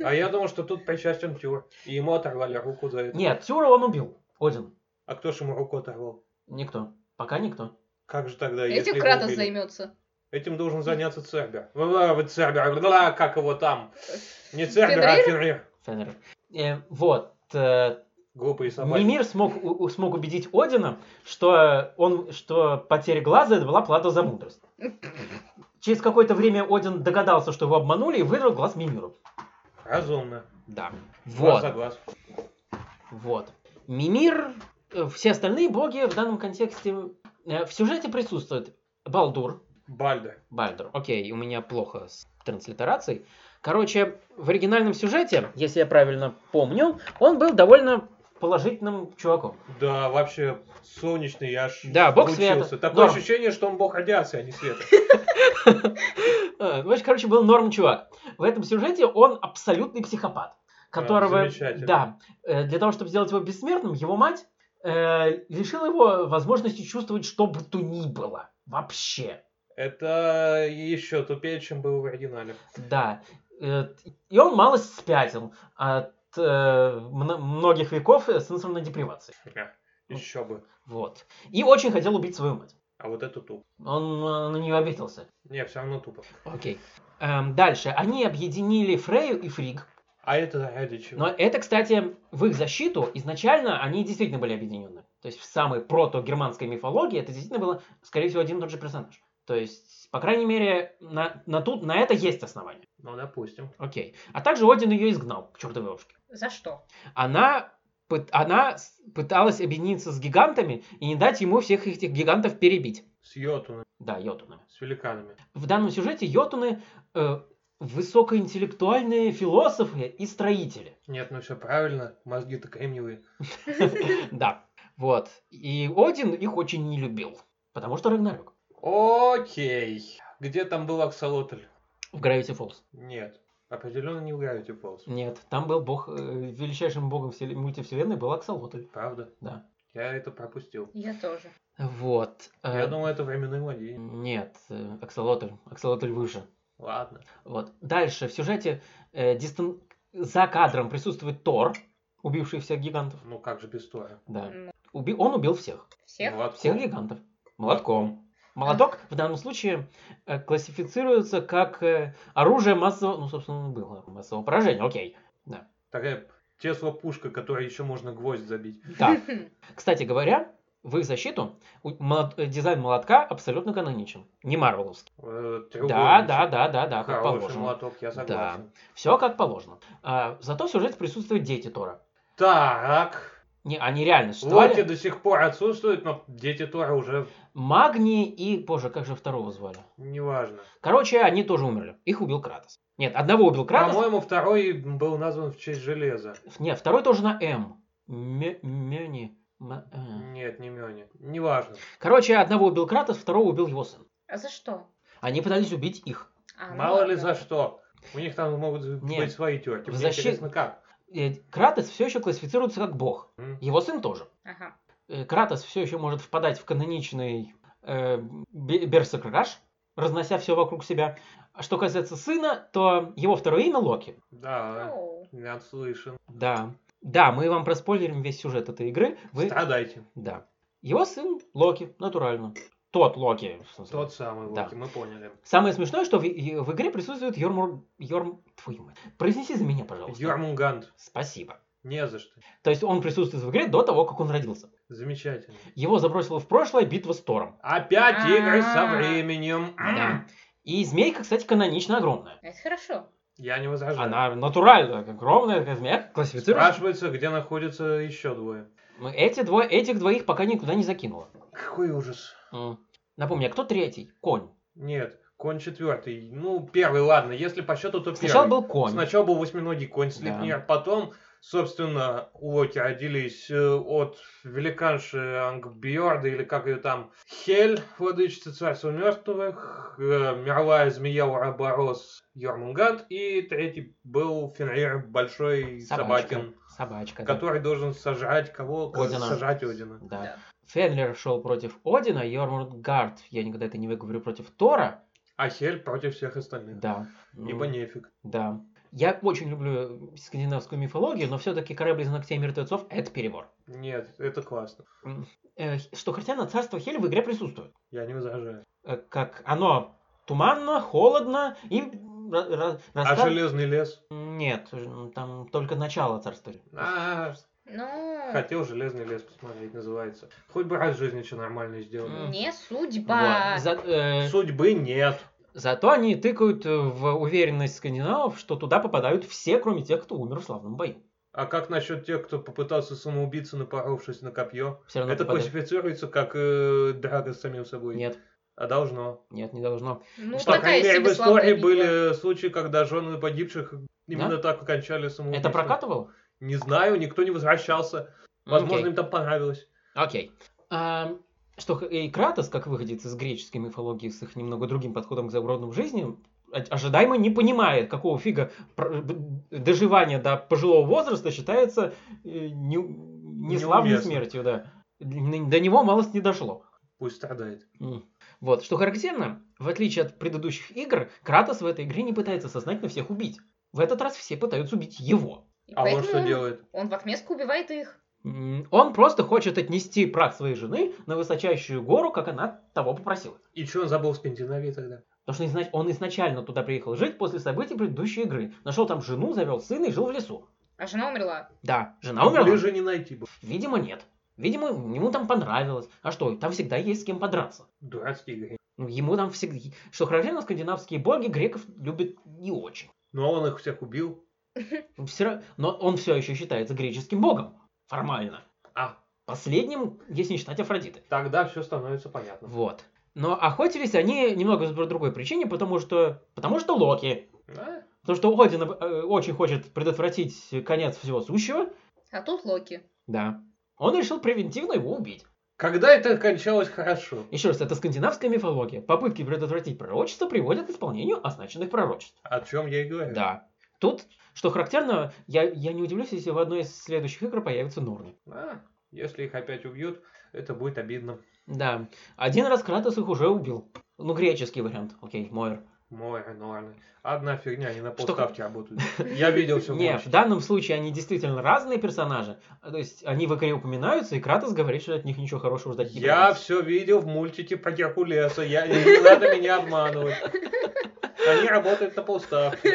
Speaker 2: А я думал, что тут причастен Тюр. И ему оторвали руку за это.
Speaker 1: Нет, Тюра он убил. Один.
Speaker 2: А кто же ему руку оторвал?
Speaker 1: Никто. Пока никто.
Speaker 2: Как же тогда, если
Speaker 3: Этим
Speaker 2: его
Speaker 3: Кратос
Speaker 2: убили?
Speaker 3: займется.
Speaker 2: Этим должен заняться Цербер. Ла-ла, вы Цербер, ла-ла, как его там? Не Цербер, а
Speaker 3: Фенрир?
Speaker 2: Фенрир.
Speaker 1: Фенрир. Э, вот. э,
Speaker 2: Глупые собаки.
Speaker 1: Мимир смог, у- у- смог убедить Одина, что, он, что потеря глаза это была плата за мудрость. Через какое-то время Один догадался, что его обманули, и выдрал глаз Мимиру.
Speaker 2: Разумно.
Speaker 1: Да.
Speaker 2: Глаз
Speaker 1: Вот.
Speaker 2: за глаз.
Speaker 1: Вот. Мимир, э, все остальные боги в данном контексте э, в сюжете присутствуют. Балдур,
Speaker 2: Бальдер.
Speaker 1: Бальдур. Окей, у меня плохо с транслитерацией. Короче, в оригинальном сюжете, если я правильно помню, он был довольно положительным чуваком.
Speaker 2: Да, вообще солнечный, я аж
Speaker 1: Да, бог
Speaker 2: случился.
Speaker 1: света.
Speaker 2: Такое
Speaker 1: Да.
Speaker 2: ощущение, что он бог радиации, а не света.
Speaker 1: Э, В общем, короче, был норм чувак. В этом сюжете он абсолютный психопат, которого,
Speaker 2: замечательно.
Speaker 1: да, э, для того, чтобы сделать его бессмертным, его мать э, лишила его возможности чувствовать, что бы то ни было вообще.
Speaker 2: Это еще тупее, чем было в оригинале.
Speaker 1: Да. Э, И он малость спятил от э, мно- многих веков э, сенсорной депривации.
Speaker 2: Еще бы.
Speaker 1: Вот. И очень хотел убить свою мать.
Speaker 2: А вот это тупо.
Speaker 1: Он э, на нее обиделся.
Speaker 2: Не, все равно тупо.
Speaker 1: Окей. Эм, дальше. Они объединили Фрею и Фриг.
Speaker 2: А это ради чего?
Speaker 1: Но это, кстати, в их защиту изначально они действительно были объединены. То есть в самой прото-германской мифологии это действительно было, скорее всего, один и тот же персонаж. То есть, по крайней мере, на, на, тут, на это есть основания.
Speaker 2: Ну, допустим.
Speaker 1: Окей. А также Один ее изгнал, к чертовой ушке.
Speaker 3: За что?
Speaker 1: Она, пыт- она с- пыталась объединиться с гигантами и не дать ему всех этих гигантов перебить.
Speaker 2: С йотунами,
Speaker 1: Да, йотунами.
Speaker 2: с великанами.
Speaker 1: В данном сюжете йотуны э, высокоинтеллектуальные философы и строители.
Speaker 2: Нет, ну все правильно, мозги-то кремниевые.
Speaker 1: Да, вот. И Один их очень не любил, потому что Рагнарёк
Speaker 2: Окей. Где там был Аксолотль?
Speaker 1: в Gravity Falls.
Speaker 2: Нет. Определенно не в Gravity Falls.
Speaker 1: Нет, там был бог, э, величайшим богом вселен- мультивселенной был Аксолотль.
Speaker 2: Правда?
Speaker 1: Да.
Speaker 2: Я это пропустил.
Speaker 3: Я тоже.
Speaker 1: Вот. э,
Speaker 2: Я думал, это временной ладей.
Speaker 1: Нет, э, Аксолотль. Аксолотль выше.
Speaker 2: Ладно.
Speaker 1: Вот. Дальше в сюжете э, дистан- за кадром присутствует Тор, убивший всех гигантов.
Speaker 2: Ну как же без Тора? Ну,
Speaker 1: Да.
Speaker 3: Ну,
Speaker 1: Уби- Он убил всех.
Speaker 3: Всех?
Speaker 2: Молотком.
Speaker 1: Всех гигантов. Молотком. Молоток в данном случае э, классифицируется как э, оружие массового... Ну, собственно, оно и было массового поражения, окей.
Speaker 2: Такая Тесла-пушка, которой еще можно гвоздь забить.
Speaker 1: Да. Кстати говоря, в их защиту у- молот- э, дизайн молотка абсолютно каноничен. Не марвеловский.
Speaker 2: Э,
Speaker 1: Да,
Speaker 2: треугольничек.
Speaker 1: да, да, да, да, как
Speaker 2: Хороший
Speaker 1: положено.
Speaker 2: молоток, я согласен.
Speaker 1: Все как положено. А, зато в сюжете присутствуют дети Тора.
Speaker 2: Так.
Speaker 1: Не, они реально
Speaker 2: Локи
Speaker 1: существовали.
Speaker 2: до сих пор отсутствует, но дети Тора уже
Speaker 1: Магни и, боже, как же второго звали?
Speaker 2: неважно.
Speaker 1: Короче, они тоже умерли. Их убил Кратос. Нет, одного убил Кратос.
Speaker 2: По-моему, второй был назван в честь железа.
Speaker 1: Нет, второй тоже на М. Мё- Мёни. М- э.
Speaker 2: Нет, не Мёни. Неважно.
Speaker 1: Короче, одного убил Кратос, второго убил его сын.
Speaker 3: А за что?
Speaker 1: Они пытались убить их.
Speaker 3: А, ну
Speaker 2: Мало ли
Speaker 3: ладно.
Speaker 2: за что. У них там могут
Speaker 1: Нет.
Speaker 2: быть свои терки.
Speaker 1: В
Speaker 2: Мне
Speaker 1: защи-
Speaker 2: интересно, как.
Speaker 1: Э, Кратос все еще классифицируется как бог.
Speaker 2: М?
Speaker 1: Его сын тоже.
Speaker 3: Ага.
Speaker 1: Э, Кратос все еще может впадать в каноничный э, бе- берсеркраж, разнося все вокруг себя. А что касается сына, то его второе имя Локи.
Speaker 2: Да,
Speaker 3: Оу.
Speaker 2: не отслышан.
Speaker 1: Да. Да, мы вам проспойлерим весь сюжет этой игры. Вы...
Speaker 2: Страдайте.
Speaker 1: Да. Его сын Локи, натурально. Тот Локи. в смысле.
Speaker 2: Тот самый
Speaker 1: Да.
Speaker 2: Локи, мы поняли.
Speaker 1: Самое смешное, что в, и- в игре присутствует Йормур... Йорм... Твою мать. Произнеси за меня, пожалуйста.
Speaker 2: Йормунгант.
Speaker 1: Спасибо.
Speaker 2: Не за что.
Speaker 1: То есть он присутствует в игре до того, как он родился.
Speaker 2: Замечательно.
Speaker 1: Его забросила в прошлое битва с Тором.
Speaker 2: Опять игры со
Speaker 3: А-а-а.
Speaker 2: временем.
Speaker 1: Да. И змейка, кстати, канонично огромная.
Speaker 3: Это хорошо.
Speaker 2: Я не возражаю.
Speaker 1: Она натурально огромная, как змея, классифицируется.
Speaker 2: Спрашивается, где находятся еще двое.
Speaker 1: Ну, Эти дво... Этих двоих пока никуда не закинуло.
Speaker 2: Какой ужас.
Speaker 1: М. Напомню, а кто третий? Конь.
Speaker 2: Нет, конь четвертый. Ну, первый, ладно, если по счету, то первый.
Speaker 1: Сначала был конь.
Speaker 2: Сначала был восьминогий конь Слепнер, потом, собственно, Локи родились э, от великанши Ангбьорда, или как ее там, Хель, владычица царства мертвых, э, мировая змея Ураборос Йормунганд, и третий был Фенрир Большой
Speaker 1: Собачка.
Speaker 2: Собакин,
Speaker 1: Собачка. да.
Speaker 2: который должен сожрать кого?
Speaker 1: Одина.
Speaker 2: Сожрать Одина.
Speaker 1: Да.
Speaker 3: Да.
Speaker 1: Фенлер шел против Одина, Йормургард, я никогда это не выговорю, против Тора.
Speaker 2: А Хель против всех остальных.
Speaker 1: Да. Ну,
Speaker 2: Ибо нефиг.
Speaker 1: Да. Я очень люблю скандинавскую мифологию, но все-таки корабль из ногтей мертвецов — это перебор.
Speaker 2: Нет, это классно.
Speaker 1: Э, Что характерно, царство Хель в игре присутствует.
Speaker 2: Я не возражаю.
Speaker 1: Э, Как оно туманно, холодно и... ра- ра-
Speaker 2: А
Speaker 1: рассказ-
Speaker 2: железный лес?
Speaker 1: Нет, ж- там только начало царства.
Speaker 2: А,
Speaker 3: Ну,
Speaker 2: хотел железный лес посмотреть, называется. Хоть бы раз в жизни что нормальное сделали.
Speaker 1: М.
Speaker 3: не судьба.
Speaker 1: Вот. За- э,
Speaker 2: Судьбы нет.
Speaker 1: Зато они тыкают в уверенность скандинавов, что туда попадают все, кроме тех, кто умер в славном бою.
Speaker 2: А как насчет тех, кто попытался самоубиться, напоровшись на копье?
Speaker 1: Все равно
Speaker 2: Это
Speaker 1: попадают.
Speaker 2: классифицируется как э, драка с самим собой?
Speaker 1: Нет,
Speaker 2: А должно.
Speaker 1: нет, не должно.
Speaker 3: Ну,
Speaker 1: Что,
Speaker 2: По
Speaker 3: такая
Speaker 2: крайней мере, в
Speaker 3: себе славная
Speaker 2: истории
Speaker 3: битва.
Speaker 2: были случаи, когда жены погибших именно так окончали самоубийство.
Speaker 1: Это прокатывало?
Speaker 2: Не знаю, никто не возвращался. Возможно,
Speaker 1: Окей.
Speaker 2: им там понравилось.
Speaker 1: Окей. Ам, А, что х- и Кратос, как выходец из греческой мифологии с их немного другим подходом к загробным жизням, о- ожидаемо не понимает, какого фига пр- б- доживание до пожилого возраста считается э, не- неславной
Speaker 2: Неуместно.
Speaker 1: смертью, да. Н- До него малость не дошло.
Speaker 2: Пусть страдает.
Speaker 1: М. Вот, что характерно, в отличие от предыдущих игр, Кратос в этой игре не пытается сознательно всех убить. В этот раз все пытаются убить его.
Speaker 3: И
Speaker 2: А он
Speaker 3: поэтому
Speaker 2: что
Speaker 3: он-
Speaker 2: делает?
Speaker 3: Он в отместку убивает их.
Speaker 1: М, Он просто хочет отнести прах своей жены на высочайшую гору, как она того попросила.
Speaker 2: И что он забыл в Скандинавии тогда?
Speaker 1: Потому что изна- он изначально туда приехал жить после событий предыдущей игры. Нашел там жену, завел сына и жил в лесу.
Speaker 3: А жена умерла.
Speaker 1: Да, жена умерла?
Speaker 2: Ближе не найти бы.
Speaker 1: Видимо, нет. Видимо, ему там понравилось. А что, там всегда есть с кем подраться.
Speaker 2: Дурацкие игры.
Speaker 1: Ну, Ему там всегда... Что характерно, скандинавские боги греков любят не очень.
Speaker 2: Но Ну, а он их всех убил.
Speaker 1: Все... Но он все еще считается греческим богом. Формально.
Speaker 2: А,
Speaker 1: Последним, если не считать Афродиты.
Speaker 2: тогда все становится понятно.
Speaker 1: Вот. Но охотились они немного по другой причине, потому что... Потому что Локи.
Speaker 2: А?
Speaker 1: Потому что Один э, очень хочет предотвратить конец всего сущего.
Speaker 3: А тут Локи.
Speaker 1: Да. Он решил превентивно его убить.
Speaker 2: Когда это кончалось хорошо?
Speaker 1: Еще раз, это скандинавская мифология. Попытки предотвратить пророчество приводят к исполнению означенных пророчеств.
Speaker 2: О чем я и говорю.
Speaker 1: Да. Тут, что характерно, я, я не удивлюсь, если в одной из следующих игр появится Норны.
Speaker 2: А, если их опять убьют, это будет обидно.
Speaker 1: Да. Один раз Кратос их уже убил. Ну, греческий вариант. Окей, Мойр.
Speaker 2: Море, норны. Одна фигня, они на
Speaker 1: Что-
Speaker 2: полставки работают. Я видел все
Speaker 1: Не, в данном случае они действительно разные персонажи. А, То есть они в игре упоминаются, и Кратос говорит, что от них ничего хорошего ждать не
Speaker 2: Я
Speaker 1: придется.
Speaker 2: все видел в мультике про Геркулеса. Я, не надо меня обманывать. Они работают на полставки.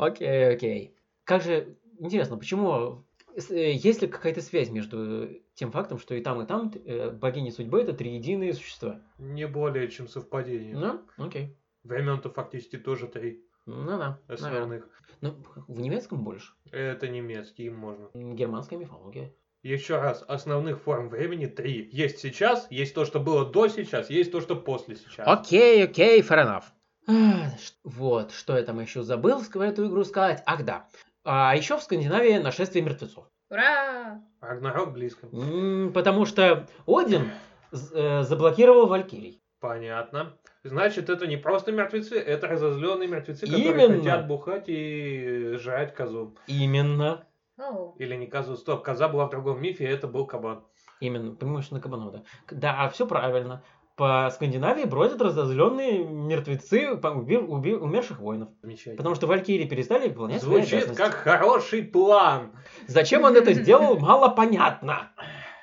Speaker 1: Окей, окей. Как же интересно, почему с- э, есть ли какая-то связь между тем фактом, что и там, и там э, богини судьбы это триединые существа?
Speaker 2: Не более чем совпадение.
Speaker 1: Ну, окей.
Speaker 2: Времен-то фактически тоже три
Speaker 1: Ну да, наверное.
Speaker 2: основных.
Speaker 1: Ну, в немецком больше.
Speaker 2: Это немецкий, им можно.
Speaker 1: М, Германская мифология.
Speaker 2: Еще раз, основных форм времени три. Есть сейчас, есть то, что было до сейчас, есть то, что после сейчас.
Speaker 1: Окей, окей, fair enough. Ах, ш- Вот, что я там еще забыл в эту игру сказать. Ах да. А еще в Скандинавии нашествие мертвецов.
Speaker 3: Ура!
Speaker 2: Рагнарёк близко.
Speaker 1: М, Потому что Один з- э, заблокировал Валькирий.
Speaker 2: Понятно. Значит, это не просто мертвецы, это разозленные мертвецы,
Speaker 1: Именно.
Speaker 2: которые хотят бухать и жрать козу.
Speaker 1: Именно.
Speaker 3: Оу.
Speaker 2: Или не козу, стоп, коза была в другом мифе, и это был кабан.
Speaker 1: Именно. Понимаешь, на кабанов, да. К- Да, все правильно. По Скандинавии бродят разозленные мертвецы по- уби- уби- умерших воинов.
Speaker 2: Замечательно.
Speaker 1: Потому что Валькирии перестали выполнять свои
Speaker 2: Звучит
Speaker 1: обязанности.
Speaker 2: как хороший план.
Speaker 1: Зачем он это сделал, мало понятно.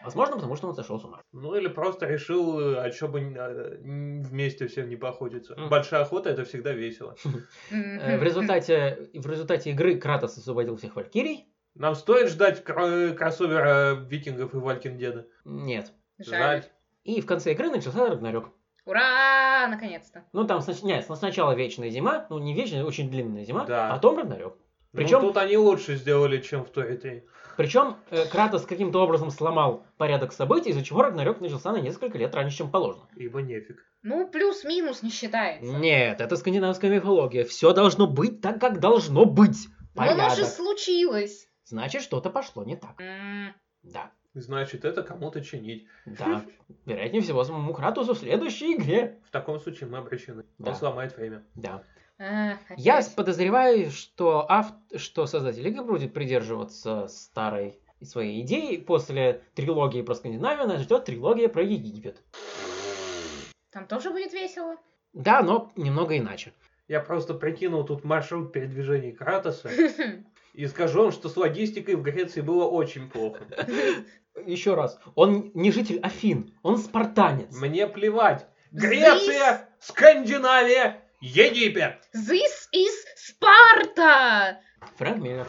Speaker 1: Возможно, потому что он сошел с ума.
Speaker 2: Ну или просто решил, э, а чё бы э, м, вместе всем не поохотиться.
Speaker 1: Мгм.
Speaker 2: Большая охота это всегда весело.
Speaker 1: Э, В результате, в результате игры Кратос освободил всех Валькирий.
Speaker 2: Нам стоит ждать кро- кроссовера э, викингов и Валькиндеда?
Speaker 1: Нет.
Speaker 3: Жаль.
Speaker 1: И в конце игры начался Рагнарёк.
Speaker 3: Ура! Наконец-то.
Speaker 1: Ну там снач- нет, сначала вечная зима, ну не вечная, очень длинная зима, а
Speaker 2: Да.
Speaker 1: потом Рагнарёк.
Speaker 2: Причем
Speaker 1: Причем-
Speaker 2: тут они лучше сделали, чем в Торе 3.
Speaker 1: Причем э, Кратос каким-то образом сломал порядок событий, из-за чего Рагнарёк начался на несколько лет раньше, чем положено.
Speaker 2: Ибо нефиг.
Speaker 3: Ну, плюс-минус не считается.
Speaker 1: Нет, это скандинавская мифология. Все должно быть так, как должно быть.
Speaker 3: Но оно же
Speaker 1: Порядок.
Speaker 3: случилось.
Speaker 1: Значит, что-то пошло не так.
Speaker 3: М,
Speaker 1: Да.
Speaker 2: Значит, это кому-то чинить.
Speaker 1: Да. Вероятнее всего, самому Кратусу в следующей игре.
Speaker 2: В таком случае мы обречены.
Speaker 1: Да.
Speaker 2: Он сломает время.
Speaker 1: Да.
Speaker 3: а, опять.
Speaker 1: Я с- подозреваю, что, авт- что создатель игры будет придерживаться старой своей идеи. После трилогии про Скандинавию нас ждет трилогия про Египет.
Speaker 3: Там тоже будет весело.
Speaker 1: Да, но немного иначе.
Speaker 2: Я просто прикинул тут маршрут передвижения Кратоса и скажу вам, что с логистикой в Греции было очень плохо.
Speaker 1: Еще раз, он не житель Афин, он спартанец.
Speaker 2: Мне плевать. Греция, Скандинавия, Египет.
Speaker 3: This is
Speaker 2: А.
Speaker 3: Спарта!
Speaker 1: Фрэнк Миллер.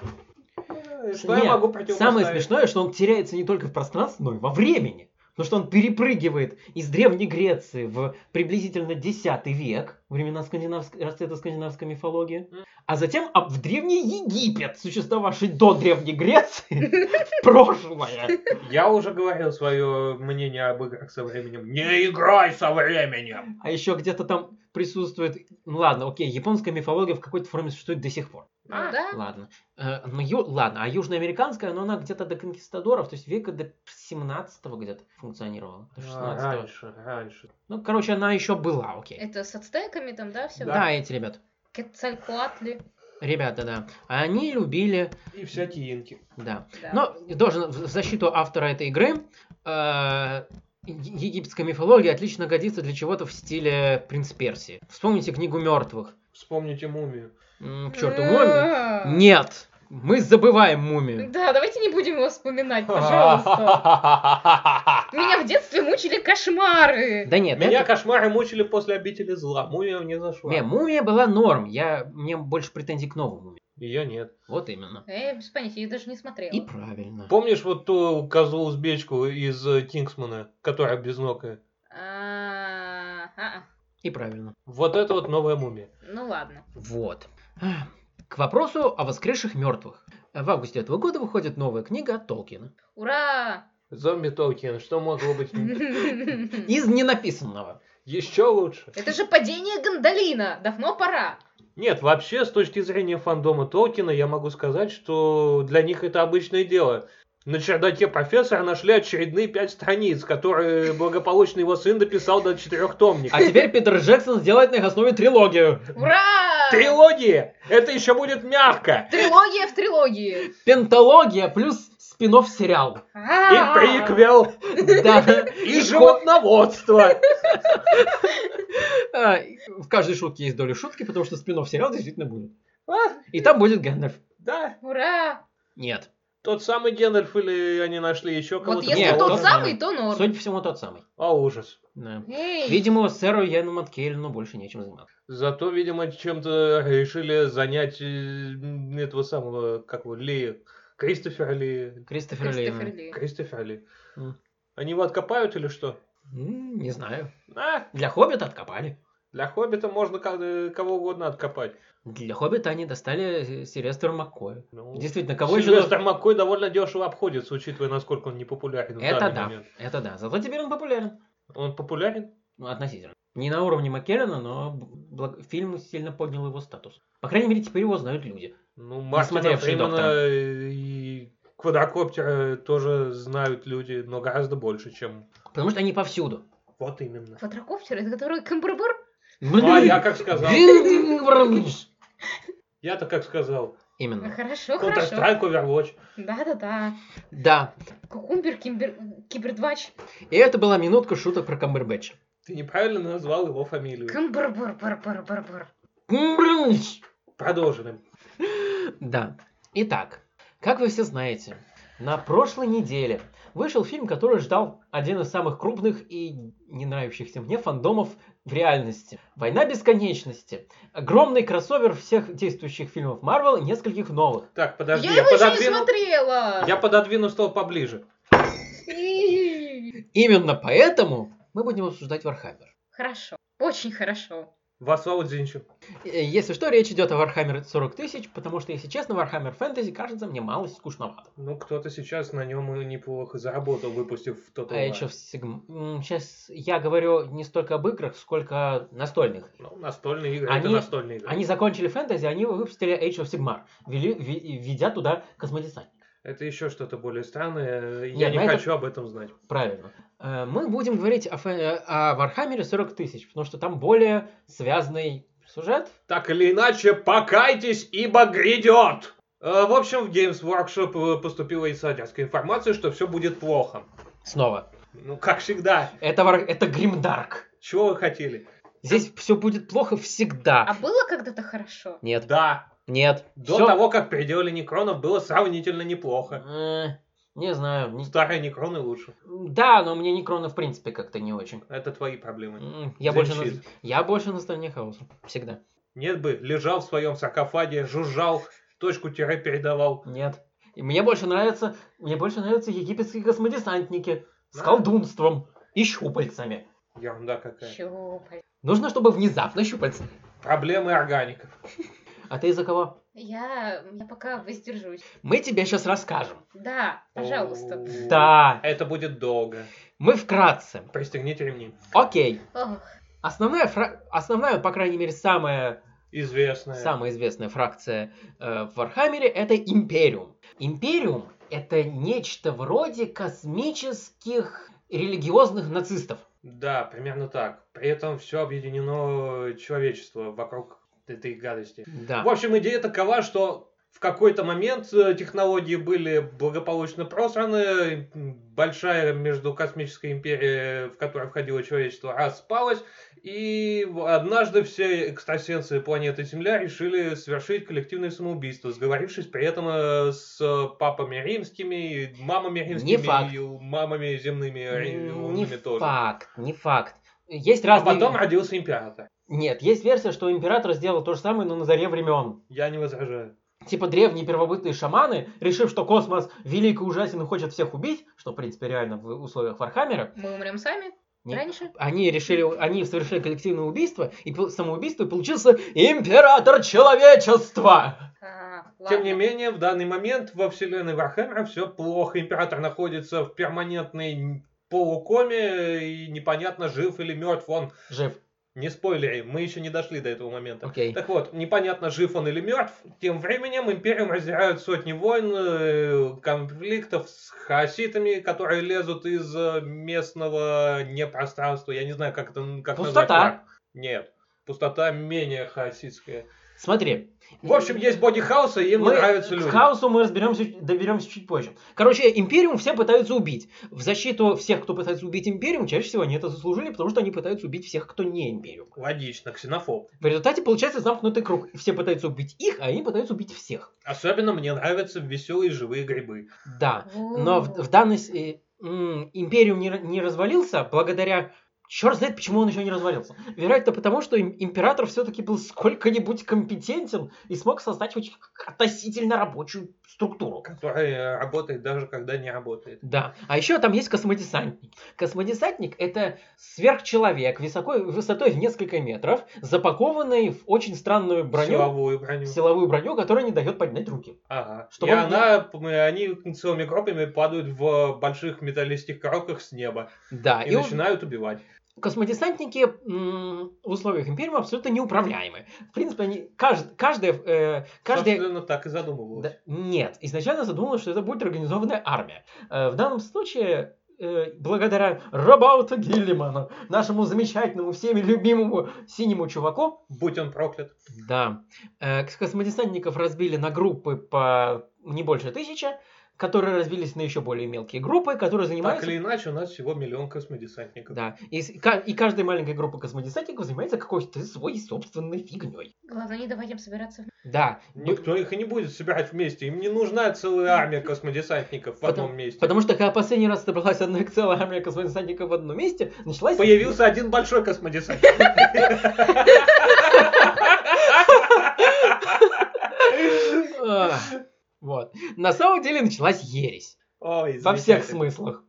Speaker 2: Э, Что
Speaker 1: Нет,
Speaker 2: я могу противопоставить?
Speaker 1: Самое смешное, что он теряется не только в пространстве, но и во времени. Потому что он перепрыгивает из Древней Греции в приблизительно 10 век, времена скандинавск- расцвета скандинавской мифологии,
Speaker 2: Мгм.
Speaker 1: а затем об- в Древний Египет, существовавший до Древней Греции, в прошлое.
Speaker 2: Я уже говорил свое мнение об играх со временем. Не играй со временем!
Speaker 1: А еще где-то там присутствует... Ну ладно, окей, японская мифология в какой-то форме существует до сих пор.
Speaker 3: Ну
Speaker 2: А.
Speaker 3: да.
Speaker 1: Ладно. Э, ну, ю- ладно, а южноамериканская, но она где-то до конкистадоров, то есть века до 17 где-то функционировала. До 16
Speaker 2: А, раньше, раньше.
Speaker 1: Ну, короче, она еще была, окей.
Speaker 3: Это с ацтеками там, да, все?
Speaker 1: Да. эти ребят.
Speaker 3: Кецалькуатли.
Speaker 1: Ребята, да. Они любили,
Speaker 2: И всякие инки.
Speaker 1: да.
Speaker 3: Да.
Speaker 1: Но должен в в защиту автора этой игры э, е- египетская мифология отлично годится для чего-то в стиле принц Персии. Вспомните книгу мертвых.
Speaker 2: Вспомните мумию.
Speaker 1: М, К черту мумию. Нет, мы забываем мумию.
Speaker 3: А. Да, давайте не будем его вспоминать, пожалуйста. Меня в детстве мучили кошмары.
Speaker 1: Да нет,
Speaker 2: Меня
Speaker 1: это-
Speaker 2: кошмары мучили после обители зла. Мумия не зашла.
Speaker 1: Не, мумия была норм. Я... Мне больше претензий к новому. мумии.
Speaker 2: Ее нет.
Speaker 1: Вот именно.
Speaker 3: Эй, без понятия, Э, я даже не смотрела.
Speaker 1: И правильно.
Speaker 2: Помнишь вот ту козу узбечку из э, Кингсмана, которая безногая?
Speaker 3: А, а,
Speaker 1: И правильно.
Speaker 2: Вот это вот новая мумия.
Speaker 3: Ну ладно.
Speaker 1: Вот. Ах. К вопросу о воскресших мертвых. В августе этого года выходит новая книга от Толкина.
Speaker 3: Ура!
Speaker 2: Зомби Толкин, что могло быть
Speaker 3: Это
Speaker 1: Из ненаписанного.
Speaker 2: еще лучше?
Speaker 3: же падение Гондолина. Давно пора.
Speaker 2: Нет, вообще, с точки зрения фандома Толкина, я могу сказать, что для них это обычное дело. На чердаке профессора нашли очередные пять страниц, которые благополучно его сын дописал до четырехтомника.
Speaker 1: А теперь Питер Джексон сделает на их основе трилогию.
Speaker 3: Ура!
Speaker 2: Трилогия! Это еще будет мягко!
Speaker 3: Трилогия в трилогии.
Speaker 1: Пентология плюс спин сериал.
Speaker 2: И
Speaker 3: А,
Speaker 2: приквел,
Speaker 1: Да.
Speaker 2: и животноводство!
Speaker 1: А, и В каждой шутке есть доля шутки, потому что спин сериал действительно будет.
Speaker 2: А,
Speaker 1: И там будет Гэндальф.
Speaker 2: Да,
Speaker 3: Ура!
Speaker 1: Нет.
Speaker 2: тот самый Гендальф или они нашли еще кого-то?
Speaker 3: Вот если
Speaker 1: Нет,
Speaker 3: тот
Speaker 1: тоже
Speaker 3: самый,
Speaker 1: норм.
Speaker 3: то норм.
Speaker 1: Судя по всему, тот самый.
Speaker 2: А, ужас.
Speaker 1: Да.
Speaker 3: Эй,
Speaker 1: Видимо, сэру Яну Маткейлину больше нечем заниматься.
Speaker 2: Зато, видимо, чем-то решили занять э, м, этого самого, как его, Ли, Кристофера Ли,
Speaker 1: Кристофер
Speaker 3: Кристофер
Speaker 1: Лейн.
Speaker 3: Ли.
Speaker 2: Кристофер Ли.
Speaker 1: М.
Speaker 2: Они его откопают или что?
Speaker 1: М, Не знаю.
Speaker 2: А,
Speaker 1: Для Хоббита откопали.
Speaker 2: для Хоббита можно ко- э, кого угодно откопать.
Speaker 1: Для Хоббита они достали э, Сильвестра Маккоя.
Speaker 2: Ну,
Speaker 1: Действительно, кого еще...
Speaker 2: Сильвестр Маккой довольно дешево обходится, учитывая, насколько он не популярен в
Speaker 1: Это
Speaker 2: данный
Speaker 1: да,
Speaker 2: момент.
Speaker 1: это да. Зато теперь он популярен.
Speaker 2: Он популярен?
Speaker 1: Ну, относительно. Не на уровне Маккеллина, но б- благ- фильм сильно поднял его статус. По крайней мере, теперь его знают люди.
Speaker 2: Ну, Мартина
Speaker 1: смотревший
Speaker 2: Фримена
Speaker 1: доктора.
Speaker 2: и Квадрокоптера тоже знают люди, но гораздо больше, чем...
Speaker 1: Потому что они повсюду.
Speaker 2: Вот именно.
Speaker 3: Квадрокоптер, это который Камбербор?
Speaker 2: Ну, а я как сказал? Я-то как сказал.
Speaker 3: Ну,
Speaker 1: Именно.
Speaker 3: Хорошо, хорошо.
Speaker 2: Counter-Strike, Overwatch.
Speaker 3: Да-да-да.
Speaker 1: Да.
Speaker 3: Кукумбер, кимбер... кибердвач.
Speaker 1: И это была минутка шуток про Камбербэтча.
Speaker 2: Ты неправильно назвал его фамилию.
Speaker 3: Камбербор, бар бар бар бар
Speaker 1: Камбербэтч.
Speaker 2: Продолжим.
Speaker 1: Да. Итак, как вы все знаете, на прошлой неделе вышел фильм, который ждал один из самых крупных и не нравящихся мне фандомов в реальности. «Война бесконечности». Огромный кроссовер всех действующих фильмов Марвел и нескольких новых.
Speaker 2: Так, подожди,
Speaker 3: Я
Speaker 2: я,
Speaker 3: его еще не
Speaker 2: пододвину...
Speaker 3: смотрела.
Speaker 2: Я пододвину стол поближе.
Speaker 3: И-
Speaker 1: Именно поэтому мы будем обсуждать Вархаммер.
Speaker 3: Хорошо. Очень хорошо.
Speaker 2: Во славу Дзинчу.
Speaker 1: Э, Если что, речь идет о Warhammer 40 тысяч, потому что, если честно, Warhammer Fantasy кажется мне малость скучновато.
Speaker 2: Ну, кто-то сейчас на нем и неплохо заработал, выпустив тот
Speaker 1: А еще в Сигм- м, Сейчас я говорю не столько об играх, сколько настольных.
Speaker 2: Ну, настольные игры, это
Speaker 1: Они-
Speaker 2: настольные игры.
Speaker 1: Они закончили фэнтези, они выпустили Age of Sigmar, вели- ве- ведя туда космодесантников.
Speaker 2: Это еще что-то более странное. Я
Speaker 1: Нет,
Speaker 2: не
Speaker 1: на ну, это-
Speaker 2: хочу об этом знать.
Speaker 1: Правильно. Э, Мы будем говорить о, фэ- э, о Вархаммере 40 тысяч, потому что там более связанный сюжет.
Speaker 2: Так или иначе, покайтесь, ибо грядет! Э, В общем, в Games Workshop э, поступила инсайдерская информация, что все будет плохо.
Speaker 1: Снова.
Speaker 2: Ну, как всегда.
Speaker 1: Это, вар... это Гримдарк.
Speaker 2: Чего вы хотели?
Speaker 1: Здесь все будет плохо
Speaker 3: А
Speaker 1: всегда.
Speaker 3: было когда-то хорошо?
Speaker 1: Нет,
Speaker 2: Да,
Speaker 1: нет.
Speaker 2: до
Speaker 1: всё-
Speaker 2: того, как переделали Некронов, было сравнительно неплохо. Ну,
Speaker 1: Э, Не знаю. не-
Speaker 2: Старые Некроны лучше.
Speaker 1: Да, но мне Некроны в принципе как-то не очень.
Speaker 2: Это твои проблемы.
Speaker 1: М, Я больше, на...
Speaker 2: Звучит.
Speaker 1: я больше на стороне хаоса. Всегда.
Speaker 2: Нет бы, лежал в своем саркофаге, жужжал, точку тире передавал.
Speaker 1: Нет. И мне больше нравятся, мне больше нравятся египетские космодесантники с
Speaker 2: Да.
Speaker 1: колдунством и щупальцами.
Speaker 2: Ерунда какая.
Speaker 3: Чего, блин.
Speaker 1: Нужно, чтобы внезапно щупальца.
Speaker 2: Проблемы органиков.
Speaker 1: А ты из-за кого?
Speaker 3: Я, я пока воздержусь.
Speaker 1: Мы тебе сейчас расскажем.
Speaker 3: Да, пожалуйста.
Speaker 2: О,
Speaker 1: Да,
Speaker 2: Это будет долго.
Speaker 1: мы вкратце.
Speaker 2: Пристегните ремни.
Speaker 1: Окей.
Speaker 3: Ох,
Speaker 1: Основная, фра- основная по крайней мере, самая,
Speaker 2: Известная.
Speaker 1: самая известная фракция э, в Вархаммере это Империум. Империум это нечто вроде космических религиозных нацистов.
Speaker 2: Да, примерно так. При этом все объединено человечество вокруг этой гадости.
Speaker 1: Да.
Speaker 2: В общем, идея такова, что в какой-то момент э, технологии были благополучно просраны, м, большая междукосмическая империя, в которую входило человечество, распалась, и в- однажды все экстрасенсы планеты Земля решили совершить коллективное самоубийство, сговорившись при этом э, с папами римскими, и мамами римскими
Speaker 1: факт.
Speaker 2: и мамами земными э,
Speaker 1: Не
Speaker 2: лунными тоже.
Speaker 1: факт, не факт. Есть
Speaker 2: А
Speaker 1: разные...
Speaker 2: потом родился император.
Speaker 1: Нет, есть версия, что император сделал то же самое, но на заре времен.
Speaker 2: Я не возражаю.
Speaker 1: Типа древние первобытные шаманы, решив, что космос велик и ужасен и хочет всех убить, что, в принципе, реально в условиях Вархаммера,
Speaker 3: мы умрем сами?
Speaker 1: Не-
Speaker 3: Раньше?
Speaker 1: они решили, они совершили коллективное убийство, и пол- самоубийство, и получился император человечества!
Speaker 3: А,
Speaker 2: Тем
Speaker 3: ладно.
Speaker 2: не менее, в данный момент во вселенной Вархэммера все плохо. Император находится в перманентной полукоме, и непонятно, жив или мертв он.
Speaker 1: Жив.
Speaker 2: Не спойлери, мы еще не дошли до этого момента.
Speaker 1: Окей.
Speaker 2: Так вот, непонятно, жив он или мертв. Тем временем империум раздирают сотни войн, э, конфликтов с хаоситами, которые лезут из э, местного непространства. Я не знаю, как это м, как назвать.
Speaker 1: Пустота.
Speaker 2: так. Нет, пустота менее хаоситская.
Speaker 1: Смотри,
Speaker 2: В общем, есть боди хаоса, и им
Speaker 1: мы
Speaker 2: нравятся
Speaker 1: к
Speaker 2: люди.
Speaker 1: хаосу мы разберемся, доберемся чуть позже. Короче, Империум все пытаются убить. В защиту всех, кто пытается убить Империум, чаще всего они это заслужили, потому что они пытаются убить всех, кто не Империум.
Speaker 2: Логично, ксенофоб.
Speaker 1: В результате получается замкнутый круг. Все пытаются убить их, а они пытаются убить всех.
Speaker 2: Особенно мне нравятся веселые живые грибы.
Speaker 1: Да.
Speaker 3: Во.
Speaker 1: Но в, в данной... с- э, м, Империум не, ра- не развалился благодаря... Черт знает, почему он еще не развалился. Вероятно, потому что им- император все-таки был сколько-нибудь компетентен и смог создать очень относительно рабочую структуру.
Speaker 2: Который э, работает даже когда не работает.
Speaker 1: Да. А еще там есть космодесантник. Космодесантник это сверхчеловек высокой, высотой в несколько метров, запакованный в очень странную броню, силовую,
Speaker 2: Силовую броню.
Speaker 1: броню, которая не дает поднять руки.
Speaker 2: Ага.
Speaker 1: Чтобы
Speaker 2: и
Speaker 1: он не-
Speaker 2: она, м, они целыми группами падают в больших металлических коробках с неба.
Speaker 1: Да.
Speaker 2: А, и
Speaker 1: и он-
Speaker 2: начинают убивать.
Speaker 1: космодесантники м, в условиях Империума абсолютно неуправляемы. В принципе, они кажд- каждая, э, каждая
Speaker 2: Собственно, так и задумывалось.
Speaker 1: Да, нет, изначально задумалось, что это будет организованная армия. Э, в данном случае, э, благодаря Робауту Гиллиману, нашему замечательному, всеми любимому синему чуваку,
Speaker 2: Будь он проклят.
Speaker 1: да, э, космодесантников разбили на группы по не больше тысячи, которые разбились на еще более мелкие группы, которые занимаются...
Speaker 2: Так или иначе, у нас всего миллион космодесантников.
Speaker 1: Да, и, с- ка- и каждая маленькая группа космодесантников занимается какой-то своей собственной фигней.
Speaker 3: Главное, не давай им собираться. в-
Speaker 1: Да,
Speaker 2: Никто их и не будет собирать вместе. Им не нужна целая армия космодесантников в
Speaker 1: Потому-
Speaker 2: одном месте.
Speaker 1: потому что когда последний раз собралась одна целая армия космодесантников в одном месте, началась...
Speaker 2: Появился один большой космодесантник.
Speaker 1: Ах, Вот. На самом деле началась ересь.
Speaker 2: Ой,
Speaker 1: Во всех
Speaker 2: замечательно.
Speaker 1: смыслах.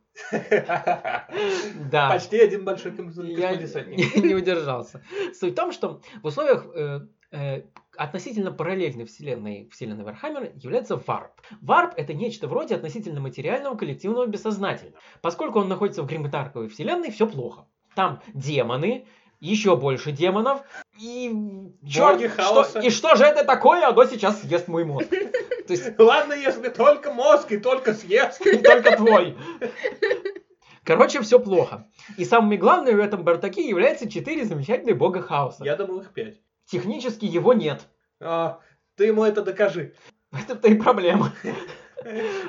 Speaker 1: Да.
Speaker 2: Почти один большой
Speaker 1: Я
Speaker 2: компенсатник.
Speaker 1: не не удержался. Суть в том, что в условиях э, э, относительно параллельной вселенной вселенной Вархаммера является варп. Варп — это нечто вроде относительно материального коллективного бессознательного. Поскольку он находится в гримитарковой вселенной, все плохо. Там демоны, еще больше демонов, и...
Speaker 2: Боги
Speaker 1: чёрт,
Speaker 2: хаоса.
Speaker 1: что, и что же это такое? Оно сейчас съест мой мозг. То есть
Speaker 2: Ладно, если только мозг и только съест.
Speaker 1: и только твой. Короче, все плохо. И самыми главными в этом бардаке являются четыре замечательные бога хаоса.
Speaker 2: Я думал их пять.
Speaker 1: Технически его нет.
Speaker 2: А, ты ему это докажи.
Speaker 1: Это-то и проблема.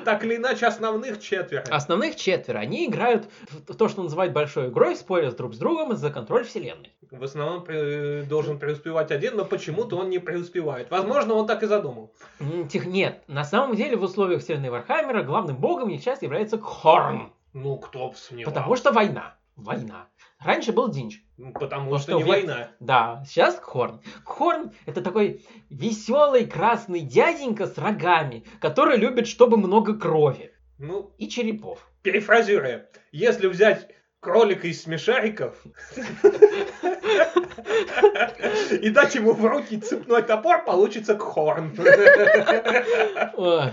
Speaker 2: Так или иначе, основных четверо.
Speaker 1: Основных четверо. Они играют в то, что называют большой игрой, спорят друг с другом за контроль вселенной.
Speaker 2: В основном пре- должен преуспевать один, но почему-то он не преуспевает. Возможно, он так и задумал.
Speaker 1: М, Тех нет. На самом деле в условиях вселенной Вархаммера главным богом сейчас является Хорн.
Speaker 2: Ну, кто б сомневался.
Speaker 1: Потому что война. Война. Раньше был Динч.
Speaker 2: Ну, Потому
Speaker 1: Ну,
Speaker 2: что,
Speaker 1: что
Speaker 2: не
Speaker 1: вы-
Speaker 2: война.
Speaker 1: Да, сейчас Хорн. Хорн это такой веселый красный дяденька с рогами, который любит, чтобы много крови
Speaker 2: Ну,
Speaker 1: и черепов.
Speaker 2: перефразируя. Если взять кролика из смешариков и дать ему в руки цепной топор, получится хорн.
Speaker 1: Ой.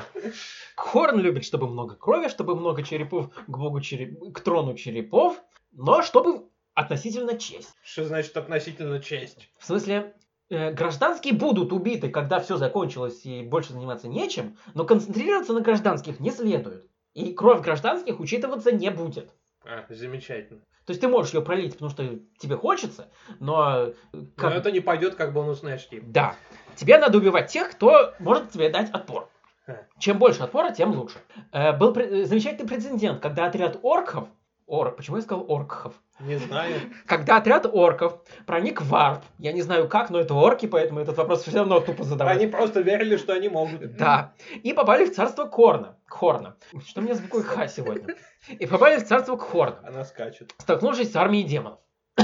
Speaker 1: Хорн любит, чтобы много крови, чтобы много черепов к богу череп... к трону черепов, но чтобы относительно честь.
Speaker 2: Что значит относительно честь?
Speaker 1: В смысле, э, гражданские будут убиты, когда все закончилось и больше заниматься нечем, но концентрироваться на гражданских не следует. И кровь гражданских учитываться не будет.
Speaker 2: А, замечательно.
Speaker 1: То есть ты можешь ее пролить, потому что тебе хочется, но... э,
Speaker 2: Но
Speaker 1: как-
Speaker 2: это не пойдет как бонусные очки.
Speaker 1: Да. Тебе надо убивать тех, кто может тебе дать отпор.
Speaker 2: Ха.
Speaker 1: Чем больше отпора, тем лучше. Э, был пре- э, замечательный прецедент, когда отряд орков... Ор... Почему я сказал орков?
Speaker 2: Не знаю.
Speaker 1: Когда отряд орков проник в варп. Я не знаю как, но это орки, поэтому этот вопрос все равно тупо задавать.
Speaker 2: Они просто верили, что они могут.
Speaker 1: Да. И попали в царство Корна. Хорна. Что у меня с буквой Х сегодня? И попали в царство Хорна.
Speaker 2: Она скачет.
Speaker 1: столкнувшись с армией демонов.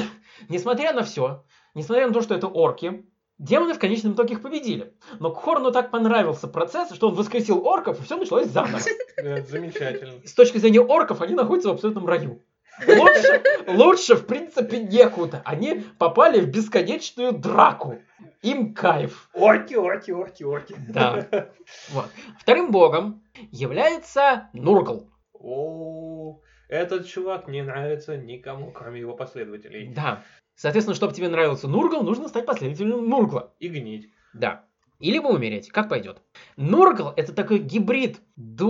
Speaker 1: несмотря на все, несмотря на то, что это орки, демоны в конечном итоге их победили. Но Хорну так понравился процесс, что он воскресил орков, и все началось заново.
Speaker 2: Э, Замечательно.
Speaker 1: С точки зрения орков, они находятся в абсолютном раю. Лучше, лучше, в принципе, некуда. Они попали в бесконечную драку. Им кайф.
Speaker 2: Орки, орки, орки, орки.
Speaker 1: Да. Вот. Вторым богом является Нургл.
Speaker 2: О, этот чувак не нравится никому, кроме его последователей.
Speaker 1: Да. Соответственно, чтобы тебе нравился Нургл, нужно стать последователем Нургла.
Speaker 2: И гнить.
Speaker 1: Да. И либо умереть, как пойдет. Нургл это такой гибрид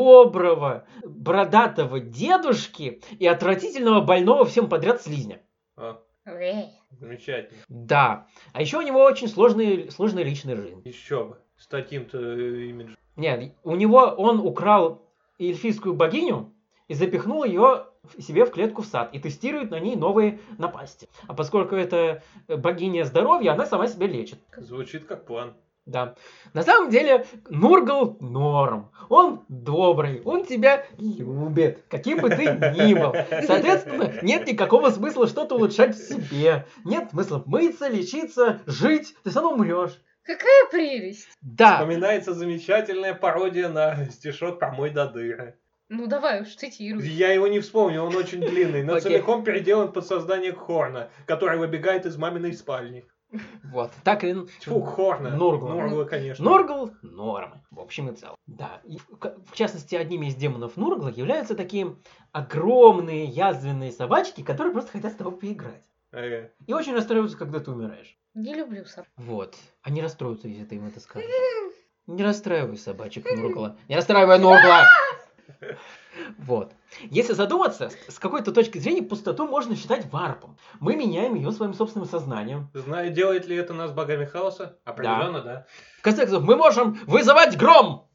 Speaker 1: доброго, бородатого дедушки и отвратительного больного всем подряд слизня.
Speaker 2: А,
Speaker 3: Эй.
Speaker 2: замечательно.
Speaker 1: Да. А еще у него очень сложный, сложный личный жизнь.
Speaker 2: Еще бы. С таким-то э, имиджем.
Speaker 1: Нет, у него он украл эльфийскую богиню и запихнул ее себе в клетку в сад и тестирует на ней новые напасти. А поскольку это э, богиня здоровья, она сама себя лечит.
Speaker 2: Звучит как план.
Speaker 1: Да. На самом деле, Нургл норм. Он добрый, он тебя любит, каким бы ты ни был. Соответственно, нет никакого смысла что-то улучшать в себе. Нет смысла мыться, лечиться, жить. Ты все равно умрешь.
Speaker 3: Какая прелесть.
Speaker 1: Да.
Speaker 2: Вспоминается замечательная пародия на стишок про мой додыра.
Speaker 3: Ну давай уж цитируй.
Speaker 2: Я его не вспомню, он очень длинный, но
Speaker 1: Окей.
Speaker 2: целиком переделан под создание Хорна, который выбегает из маминой спальни.
Speaker 1: Вот. Так или ин-
Speaker 2: Тьфу, Хорна.
Speaker 1: Нургла.
Speaker 2: Нургла, конечно.
Speaker 1: Нургл норм, в общем и целом. Да. И в к- в частности, одними из демонов Нургла являются такие огромные язвенные собачки, которые просто хотят с тобой поиграть.
Speaker 2: Э,
Speaker 1: И очень расстраиваются, когда ты умираешь.
Speaker 3: Не люблю сам.
Speaker 1: Вот. Они расстроятся, если ты им это скажешь. Не расстраивай собачек Нургла. Не расстраивай Нургла! Вот. Если задуматься, с- с какой-то точки зрения пустоту можно считать варпом. Мы меняем ее своим собственным сознанием.
Speaker 2: Знаю, делает ли это нас богами хаоса? Определенно, да.
Speaker 1: В конце концов, мы можем вызывать гром!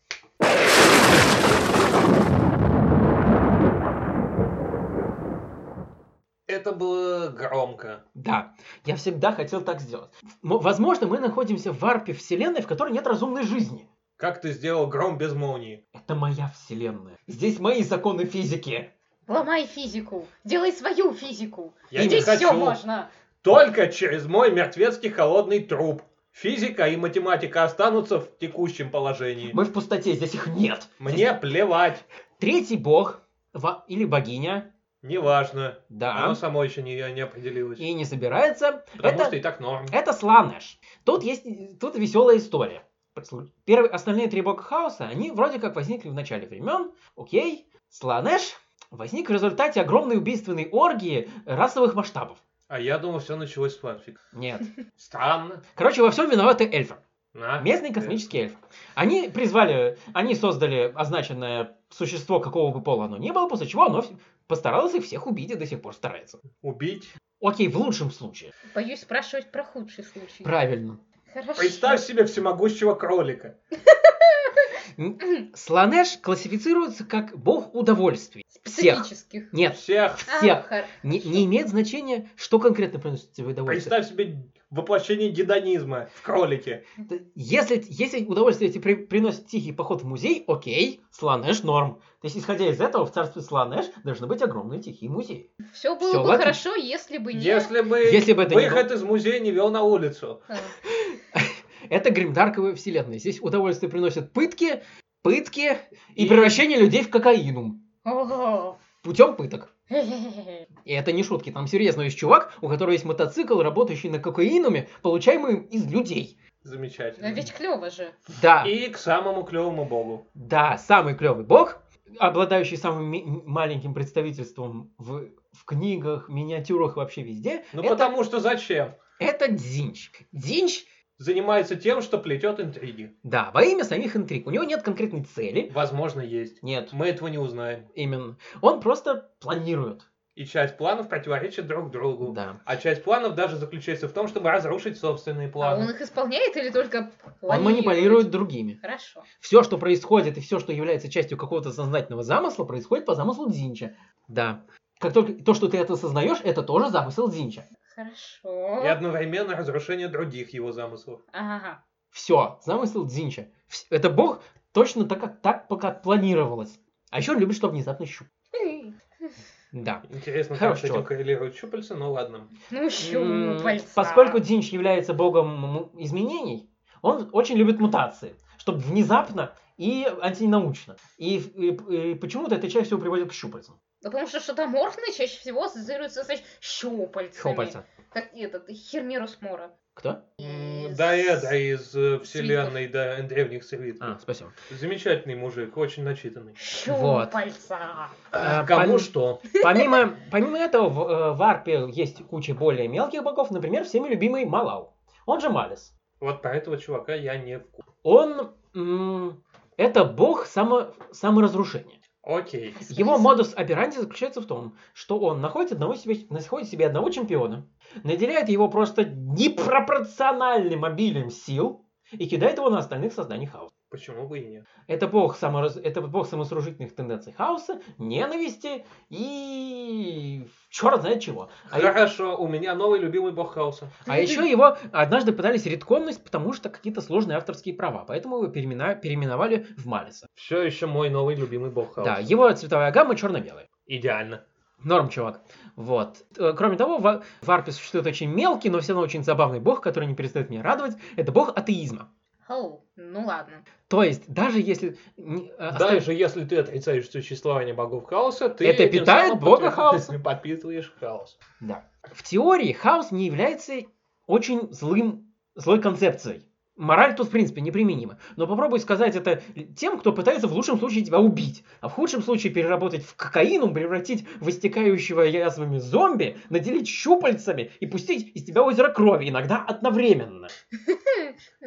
Speaker 2: Это было громко.
Speaker 1: Да, я всегда хотел так сделать. М- возможно, мы находимся в варпе вселенной, в которой нет разумной жизни.
Speaker 2: Как ты сделал гром без молнии?
Speaker 1: Это моя вселенная. Здесь мои законы физики.
Speaker 3: Ломай физику. Делай свою физику.
Speaker 2: Я не
Speaker 3: Здесь
Speaker 2: хочу.
Speaker 3: все можно.
Speaker 2: Только через мой мертвецкий холодный труп. Физика и математика останутся в текущем положении.
Speaker 1: Мы в пустоте, здесь их нет.
Speaker 2: Мне плевать.
Speaker 1: Третий бог ва- или богиня
Speaker 2: Неважно.
Speaker 1: Да.
Speaker 2: Оно само еще не, не определилось.
Speaker 1: А? И не собирается.
Speaker 2: Потому
Speaker 1: это, Э?
Speaker 2: что и так норм.
Speaker 1: это сланэш. Тут есть тут веселая история. Первые остальные три блока хаоса, они вроде как возникли в начале времен. Окей. Сланэш возник в результате огромной убийственной оргии расовых масштабов.
Speaker 2: А я думал, все началось с фанфика.
Speaker 1: Нет.
Speaker 2: Странно.
Speaker 1: Короче, во всем виноваты эльфы.
Speaker 2: На.
Speaker 1: Местные космические эльфы. Они призвали, они создали означенное существо, какого бы пола оно ни было, после чего оно в- постаралось их всех убить и до сих пор старается.
Speaker 2: Убить.
Speaker 1: Окей, в лучшем случае.
Speaker 3: Боюсь спрашивать про худший случай.
Speaker 1: Правильно.
Speaker 3: Хорошо.
Speaker 2: Представь себе всемогущего кролика.
Speaker 1: Слонеш классифицируется как бог удовольствий. Всех.
Speaker 3: Специфических.
Speaker 1: Нет,
Speaker 2: Всех.
Speaker 3: А,
Speaker 1: всех.
Speaker 3: хор-
Speaker 1: Не, не имеет значения, что конкретно приносит тебе удовольствие.
Speaker 2: Представь себе воплощение гедонизма в кролике.
Speaker 1: Т- Если, если удовольствие тебе при- приносит тихий поход в музей, окей, слонеш норм. То есть, исходя из этого, в царстве слонеш должны быть огромные тихие музеи.
Speaker 3: Все было
Speaker 1: Всё,
Speaker 3: бы
Speaker 1: ладно.
Speaker 3: хорошо, если бы не...
Speaker 2: Если бы,
Speaker 1: Если бы это не
Speaker 2: Э, выход из музея не вел на улицу.
Speaker 3: А,
Speaker 1: Это гримдарковая вселенная. Здесь удовольствие приносят пытки, пытки и,
Speaker 2: И-
Speaker 1: превращение людей в кокаинум.
Speaker 3: ого. А
Speaker 1: Путем пыток.
Speaker 3: Эй,
Speaker 1: И это не шутки. Там серьезно есть чувак, у которого есть мотоцикл, работающий на кокаинуме, получаемый из людей.
Speaker 2: Замечательно.
Speaker 3: а Ведь клево же.
Speaker 1: Да,
Speaker 2: И к самому клевому богу.
Speaker 1: да, самый клевый бог, обладающий самым ми- м- маленьким представительством в, в книгах, миниатюрах, вообще везде,
Speaker 2: Ну
Speaker 1: это,
Speaker 2: потому что зачем?
Speaker 1: это Дзинч. Дзинч,
Speaker 2: Занимается тем, что плетет интриги.
Speaker 1: да, во имя самих интриг. У него нет конкретной цели.
Speaker 2: Возможно, есть.
Speaker 1: Нет,
Speaker 2: Мы этого не узнаем.
Speaker 1: именно. Он просто планирует.
Speaker 2: И часть планов противоречит друг другу.
Speaker 1: Да.
Speaker 2: А часть планов даже заключается в том, чтобы разрушить собственные
Speaker 3: А он
Speaker 2: планы.
Speaker 3: их исполняет или только...
Speaker 1: Он манипулирует другими.
Speaker 3: Хорошо.
Speaker 1: Все, что происходит и все, что является частью какого-то сознательного замысла, происходит по замыслу Дзинча. Да. Как только то, что ты это осознаешь, это тоже замысел Дзинча.
Speaker 3: Хорошо.
Speaker 2: И одновременно разрушение других его замыслов.
Speaker 3: Ага.
Speaker 1: Все, замысел Дзинча. Вс- Это бог точно так, как, так, по- как планировалось. А еще он любит, чтобы внезапно щуп. Да.
Speaker 2: Интересно, как
Speaker 1: Хороший
Speaker 2: с этим
Speaker 1: чувак.
Speaker 2: коррелирует щупальца, но ладно.
Speaker 3: Ну,
Speaker 1: М,
Speaker 3: щупальца.
Speaker 1: Поскольку Дзинч является богом м- изменений, он очень любит мутации, чтобы внезапно и антинаучно. И, и- и почему-то это чаще всего приводит к щупальцам.
Speaker 3: Да потому что что-то морфное чаще всего ассоциируется с щупальцами.
Speaker 1: Щупальца.
Speaker 3: Как этот, Хермирус Мора.
Speaker 1: Кто?
Speaker 3: Из-
Speaker 2: Да, это из э, вселенной да, древних свитов.
Speaker 1: А, спасибо.
Speaker 2: Замечательный мужик, очень начитанный.
Speaker 3: Щупальца.
Speaker 1: А,
Speaker 2: Кому
Speaker 1: пом-
Speaker 2: что?
Speaker 1: Помимо, помимо этого, в, э, в Арпе есть куча более мелких богов, например, всеми любимый Малау. Он же Малис.
Speaker 2: Вот про этого чувака я не в курсе.
Speaker 1: Он м, это бог само, саморазрушения.
Speaker 2: Окей.
Speaker 1: Его модус операнди заключается в том, что он находит, одного себе, находит себе одного чемпиона, наделяет его просто непропорциональным обилием сил и кидает его на остальных созданий хаоса.
Speaker 2: Почему бы и нет?
Speaker 1: Это бог, самораз... это бог самосружительных тенденций хаоса, ненависти и черт знает чего. А я-
Speaker 2: Хорошо, у меня новый любимый бог хаоса.
Speaker 1: А еще его однажды пытались редконность, потому что какие-то сложные авторские права, поэтому его перемена- переименовали в Малиса.
Speaker 2: Все еще мой новый любимый бог хаоса.
Speaker 1: Да, его цветовая гамма черно-белая.
Speaker 2: Идеально.
Speaker 1: Норм, чувак. Вот. Э, Кроме того, в, в Арпе существует очень мелкий, но все равно очень забавный бог, который не перестает меня радовать. Это бог атеизма.
Speaker 3: Оу, ну ладно.
Speaker 1: То есть, даже если... не- э, оставь-
Speaker 2: Даже если ты отрицаешь существование богов хаоса, ты
Speaker 1: Это
Speaker 2: этим
Speaker 1: питает
Speaker 2: самым
Speaker 1: бога
Speaker 2: подтвер-
Speaker 1: хаоса.
Speaker 2: Подпитываешь хаос.
Speaker 1: Да. В теории хаос не является очень злым, злой концепцией. Мораль тут, в принципе, неприменима. Но попробуй сказать это тем, кто пытается в лучшем случае тебя убить, а в худшем случае переработать в кокаину, превратить в истекающего язвами зомби, наделить щупальцами и пустить из тебя озеро крови, иногда одновременно.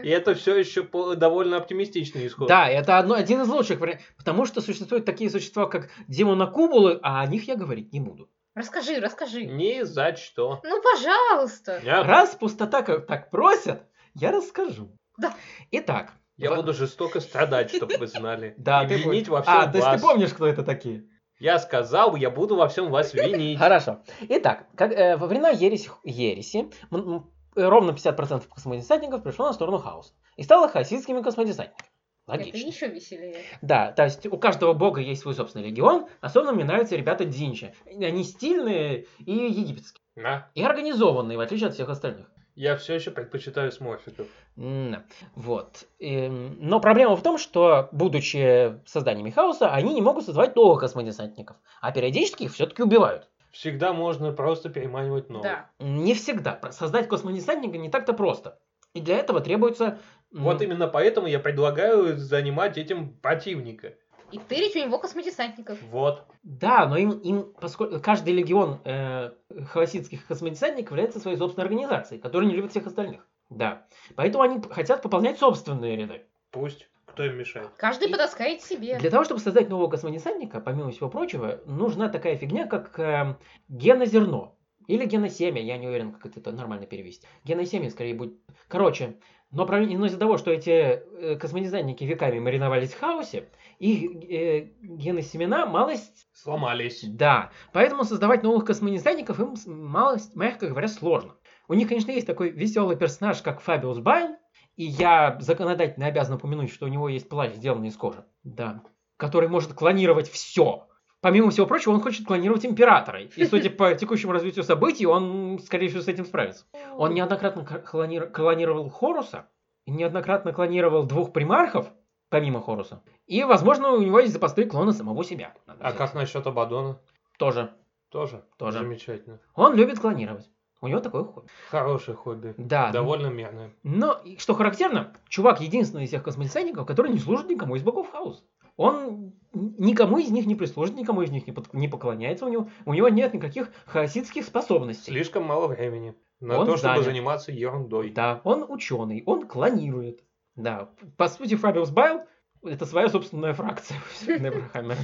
Speaker 2: И это все еще довольно оптимистичный исход.
Speaker 1: Да, это одно, один из лучших вариантов, потому что существуют такие существа, как демонокубулы, а о них я говорить не буду.
Speaker 3: Расскажи, расскажи.
Speaker 2: Ни за что.
Speaker 3: Ну, пожалуйста.
Speaker 2: Я,
Speaker 1: Раз пустота как так просят, я расскажу.
Speaker 3: Да.
Speaker 1: Итак,
Speaker 2: я
Speaker 1: в-
Speaker 2: буду жестоко страдать, чтобы вы знали.
Speaker 1: Да,
Speaker 2: И
Speaker 1: ты помнишь.
Speaker 2: винить во всем
Speaker 1: А, то есть
Speaker 2: вас.
Speaker 1: ты помнишь, кто это такие?
Speaker 2: Я сказал, я буду во всем вас винить.
Speaker 1: Хорошо. Итак, как, э, во времена ереси, ереси м- м, э, ровно 50% космодесантников пришло на сторону хаоса и стало хасидскими космодесантниками.
Speaker 3: Это
Speaker 1: Логично.
Speaker 3: еще веселее.
Speaker 1: Да, то есть у каждого бога есть свой собственный легион. Особенно мне нравятся ребята Динча. Они стильные и египетские.
Speaker 2: На.
Speaker 1: И организованные, в отличие от всех остальных.
Speaker 2: Я все еще предпочитаю сморфиков.
Speaker 1: Да. Вот. Эм, Но проблема в том, что, будучи созданиями хаоса, они не могут создавать новых космодесантников, а периодически их все-таки убивают.
Speaker 2: Всегда можно просто переманивать
Speaker 1: Ну.
Speaker 2: новых.
Speaker 3: Да.
Speaker 1: Не всегда. Про- Создать космодесантника не так-то просто. И для этого требуется... м,
Speaker 2: Вот именно поэтому я предлагаю занимать этим противника.
Speaker 3: И тырить у него космодесантников.
Speaker 2: Вот.
Speaker 1: Да, но им, им поскольку каждый легион э, хаоситских космодесантников является своей собственной организацией, которая не любит всех остальных. Да. Поэтому они п- хотят пополнять собственные ряды.
Speaker 2: Пусть. Кто им мешает?
Speaker 3: Каждый
Speaker 1: И-
Speaker 3: потаскает себе.
Speaker 1: Для того, чтобы создать нового космодесантника, помимо всего прочего, нужна такая фигня, как э, генозерно. Или геносемя, я не уверен, как это нормально перевести. Геносемя скорее будет. Короче, но, про- но из-за того, что эти э, космодесантники веками мариновались в хаосе, их э, геносемена малость
Speaker 2: Сломались.
Speaker 1: Да, поэтому создавать новых космодесантников им с- малость, мягко говоря, сложно. У них, конечно, есть такой веселый персонаж, как Фабиус Байн, и я законодательно обязан упомянуть, что у него есть плащ, сделанный из кожи, да, который может клонировать все. Помимо всего прочего, он хочет клонировать императора, и судя по текущему развитию событий, он, скорее всего, с этим справится. Он неоднократно к- клонир- клонировал Хоруса, и неоднократно клонировал двух примархов, помимо Хоруса, и, возможно, у него есть запасные клоны самого себя. Надо
Speaker 2: А
Speaker 1: взять.
Speaker 2: как насчет Абадона?
Speaker 1: Тоже.
Speaker 2: Тоже.
Speaker 1: Тоже.
Speaker 2: Замечательно.
Speaker 1: Он любит клонировать. У него такое хобби.
Speaker 2: Хорошее хобби.
Speaker 1: Да.
Speaker 2: Довольно мерное.
Speaker 1: Но, и что характерно, чувак единственный из всех космодесантников, который не служит никому из богов хаоса. Он н- никому из них не прислужит, никому из них не, под- не поклоняется, у него, у него нет никаких хаоситских способностей.
Speaker 2: Слишком мало времени на
Speaker 1: Он
Speaker 2: то, чтобы
Speaker 1: занят.
Speaker 2: заниматься ерундой.
Speaker 1: Да, он ученый, он клонирует. Да, по сути, Фабиус Байл — это своя собственная фракция. у Вселенной Брахамера.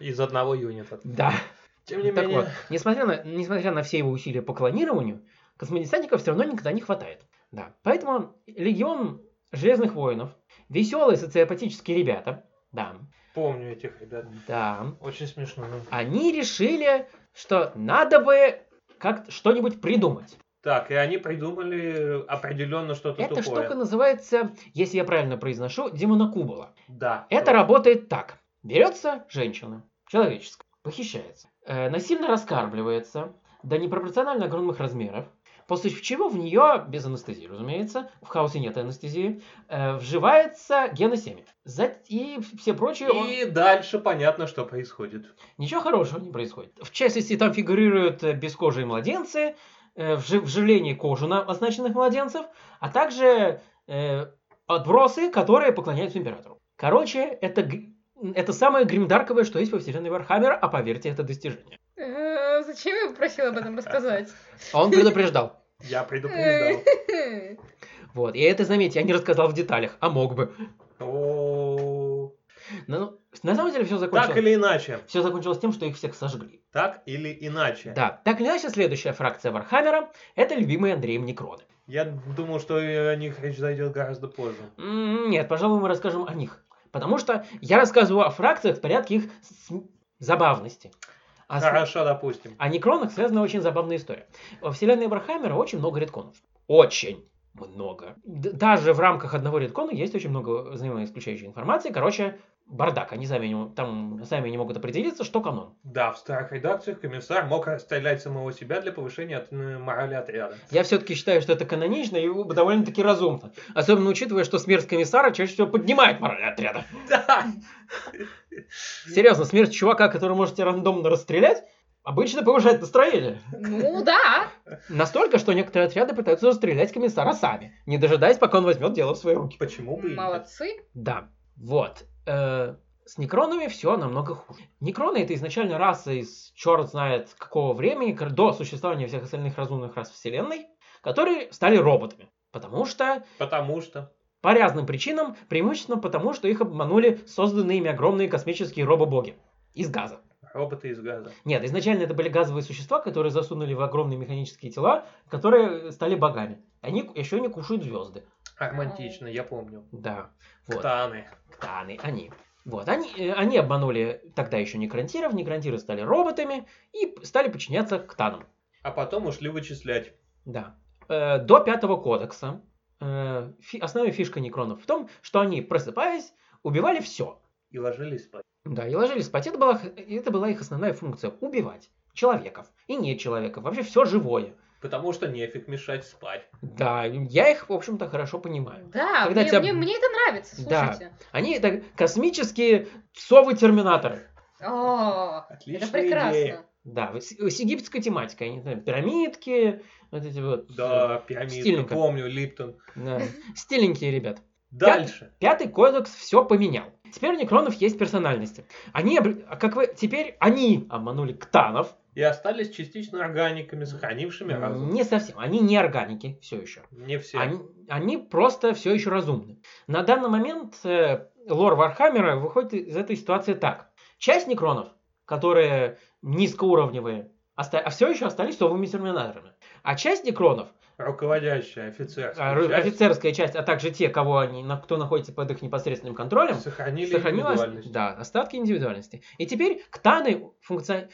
Speaker 2: Из одного юнита.
Speaker 1: Да.
Speaker 2: Тем не
Speaker 1: Так
Speaker 2: менее,
Speaker 1: вот, несмотря на, несмотря на все его усилия по клонированию, космодесантников все равно никогда не хватает. Да. Поэтому Легион Железных Воинов, веселые социопатические ребята, да,
Speaker 2: помню этих ребят.
Speaker 1: да,
Speaker 2: Очень смешно.
Speaker 1: они решили, что надо бы как что-нибудь придумать.
Speaker 2: Так, и они придумали определенно что-то
Speaker 1: Эта
Speaker 2: тупое.
Speaker 1: штука называется, если я правильно произношу, Демонокубола.
Speaker 2: Да.
Speaker 1: Это работает так. Берется женщина, человеческая, похищается, э, насильно раскармливается до непропорционально огромных размеров, после чего в нее, без анестезии, разумеется, в хаосе нет анестезии, э, вживается геносемя. За- И все прочие... он-
Speaker 2: И дальше понятно, что происходит.
Speaker 1: Ничего хорошего не происходит. В частности, там фигурируют э, бескожие младенцы, э, вжи- вживление кожи на означенных младенцев, а также э, отбросы, которые поклоняются императору. Короче, это, г- это самое гримдарковое, что есть во вселенной Вархаммера, а поверьте, это достижение.
Speaker 3: Э, Зачем я попросила об этом рассказать?
Speaker 1: А Он предупреждал.
Speaker 2: Я предупреждал.
Speaker 1: Вот. И это, заметьте, я не рассказал в деталях, а мог бы.
Speaker 2: О,
Speaker 1: Но, ну, на самом деле все
Speaker 2: Так
Speaker 1: закончилось...
Speaker 2: или иначе.
Speaker 1: Все закончилось тем, что их всех сожгли.
Speaker 2: Так или иначе.
Speaker 1: Да. Так или иначе, следующая фракция Вархаммера — это любимые Андреем Некроны.
Speaker 2: Я думал, что о них речь зайдет гораздо позже.
Speaker 1: М, Нет, пожалуй, мы расскажем о них. Потому что я рассказываю о фракциях в порядке их с- забавности. А, с-
Speaker 2: Хорошо, допустим.
Speaker 1: о некронах связана очень забавная история. Во вселенной Вархаммера очень много редконов. Очень много. Д- даже в рамках одного редкона есть очень много взаимоисключающей информации. Короче, бардак. Они сами не, м- там сами не могут определиться, что канон.
Speaker 2: Да, в старых редакциях комиссар мог расстрелять самого себя для повышения от- м, морали отряда.
Speaker 1: Я все-таки считаю, что это канонично и довольно-таки разумно. Особенно учитывая, что смерть комиссара чаще всего поднимает мораль отряда.
Speaker 2: Да!
Speaker 1: Серьезно, смерть чувака, который можете рандомно расстрелять, обычно повышает настроение.
Speaker 3: Ну да.
Speaker 1: Настолько, что некоторые отряды пытаются расстрелять комиссара сами, не дожидаясь, пока он возьмет дело в свои руки.
Speaker 2: Почему бы и нет?
Speaker 3: Молодцы.
Speaker 1: Да, вот. Э, с некронами все намного хуже. Некроны это изначально раса из черт знает какого времени, кор- до существования всех остальных разумных рас Вселенной, которые стали роботами. Потому что,
Speaker 2: Потому что...
Speaker 1: по разным причинам, преимущественно потому, что их обманули созданные ими огромные космические робобоги из газа.
Speaker 2: Роботы из газа.
Speaker 1: Нет, изначально это были газовые существа, которые засунули в огромные механические тела, которые стали богами. Они еще не кушают звезды.
Speaker 2: Романтично, я помню.
Speaker 1: Да. Вот.
Speaker 2: Ктаны.
Speaker 1: Ктаны, они. Вот, они, э, они обманули тогда еще некрантиров, некрантиры стали роботами и п- стали подчиняться ктанам.
Speaker 2: А потом ушли вычислять.
Speaker 1: Да. Э, до пятого кодекса э, фи- основная фишка некронов в том, что они, просыпаясь, убивали все.
Speaker 2: И ложились спать.
Speaker 1: Да, и ложились спать. Это была, х- это была их основная функция – убивать человеков и не человеков, вообще все живое.
Speaker 2: Потому что нефиг мешать спать.
Speaker 1: Да, я их, в общем-то, хорошо понимаю.
Speaker 3: Да,
Speaker 1: Когда
Speaker 3: мне,
Speaker 1: тебя-
Speaker 3: мне- мне это нравится,
Speaker 1: Да.
Speaker 3: слушайте.
Speaker 1: Они это космические совы-терминаторы.
Speaker 3: О, это
Speaker 2: Отличная идея.
Speaker 3: прекрасно.
Speaker 1: Да, с, с египетской тематикой. Они там пирамидки, вот эти вот.
Speaker 2: Да, пирамиды,
Speaker 1: Стильненько.
Speaker 2: помню, Липтон.
Speaker 1: э, да, стиленькие ребят.
Speaker 2: Дальше.
Speaker 1: Пятый кодекс все поменял. Теперь у некронов есть персональности. Они, обр- а как вы, теперь они обманули ктанов.
Speaker 2: И остались частично органиками, сохранившими разум.
Speaker 1: Не совсем. Они не органики все еще.
Speaker 2: Не все.
Speaker 1: Ну, Они, они просто все еще разумны. На данный момент э, лор Вархаммера выходит из этой ситуации так. Часть некронов, которые низкоуровневые, оста- а все еще остались совыми терминаторами. А часть некронов,
Speaker 2: Руководящая офицерская
Speaker 1: а, ру-
Speaker 2: часть
Speaker 1: офицерская часть, а также те, кого они, на- кто находится под их непосредственным контролем,
Speaker 2: сохранили
Speaker 1: сохранилось
Speaker 2: индивидуальность.
Speaker 1: да, остатки индивидуальности. И теперь ктаны, функци-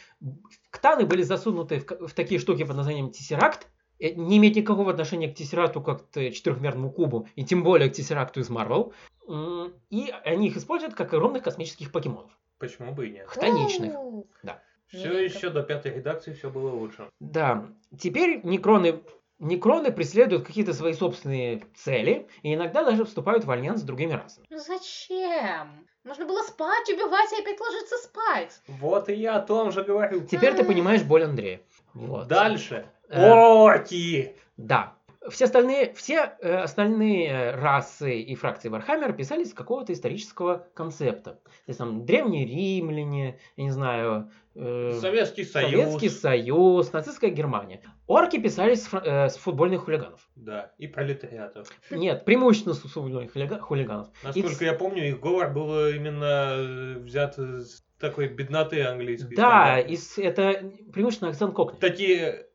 Speaker 1: ктаны были засунуты в, к- в такие штуки под названием тессеракт, э, не имеет никакого отношения к тессеракту как к четырехмерному кубу, и тем более к тессеракту из Марвел. М, И они их используют как огромных космических покемонов.
Speaker 2: Почему бы и нет?
Speaker 1: Хтоничных.
Speaker 3: У.
Speaker 1: Да.
Speaker 2: Все
Speaker 3: Миленько.
Speaker 2: еще до пятой редакции все было лучше.
Speaker 1: Да, теперь некроны, некроны преследуют какие-то свои собственные цели, и иногда даже вступают в альянс с другими расами.
Speaker 3: Ну зачем? Можно было спать, убивать и опять ложиться спать.
Speaker 2: Вот и я о том же говорю.
Speaker 1: Теперь ты понимаешь боль Андрея. Вот.
Speaker 2: Дальше.
Speaker 1: Э,
Speaker 2: Орки!
Speaker 1: Да. Все остальные, все э, остальные э, расы и фракции Вархаммера писались из какого-то исторического концепта. То есть там древние римляне, я не знаю, э,
Speaker 2: Советский Союз.
Speaker 1: Советский Союз, нацистская Германия. Орки писались с, фра- э, с футбольных хулиганов.
Speaker 2: Да, и пролетариатов.
Speaker 1: Нет, преимущественно с футбольных хулига- хулиганов.
Speaker 2: Насколько
Speaker 1: И-
Speaker 2: я помню, их говор был именно э, взят из такой бедноты английской.
Speaker 1: Да,
Speaker 2: стандартной.
Speaker 1: из- это преимущественно акцент кокни.
Speaker 2: Такие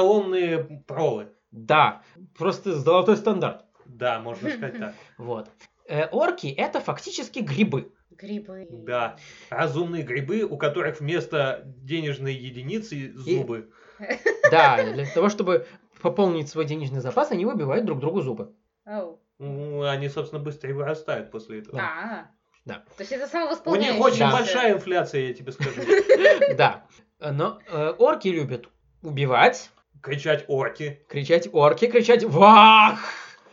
Speaker 2: эталонные пролы.
Speaker 1: Да, просто золотой стандарт.
Speaker 2: Да, можно сказать так.
Speaker 1: Вот. Э, орки это фактически грибы.
Speaker 3: Грибы.
Speaker 2: Да. Разумные грибы, у которых вместо денежной единицы зубы.
Speaker 1: Да, для того, чтобы пополнить свой денежный запас, они выбивают друг другу зубы.
Speaker 3: Оу.
Speaker 2: Ну, Они, собственно, быстрее вырастают после этого.
Speaker 3: А.
Speaker 1: Да.
Speaker 3: То есть это
Speaker 2: У них
Speaker 3: самовосполняющееся.
Speaker 2: очень
Speaker 1: Да.
Speaker 2: большая инфляция, я тебе скажу.
Speaker 1: Да. Но э, орки любят убивать,
Speaker 2: Кричать орки
Speaker 1: кричать орки, кричать вах!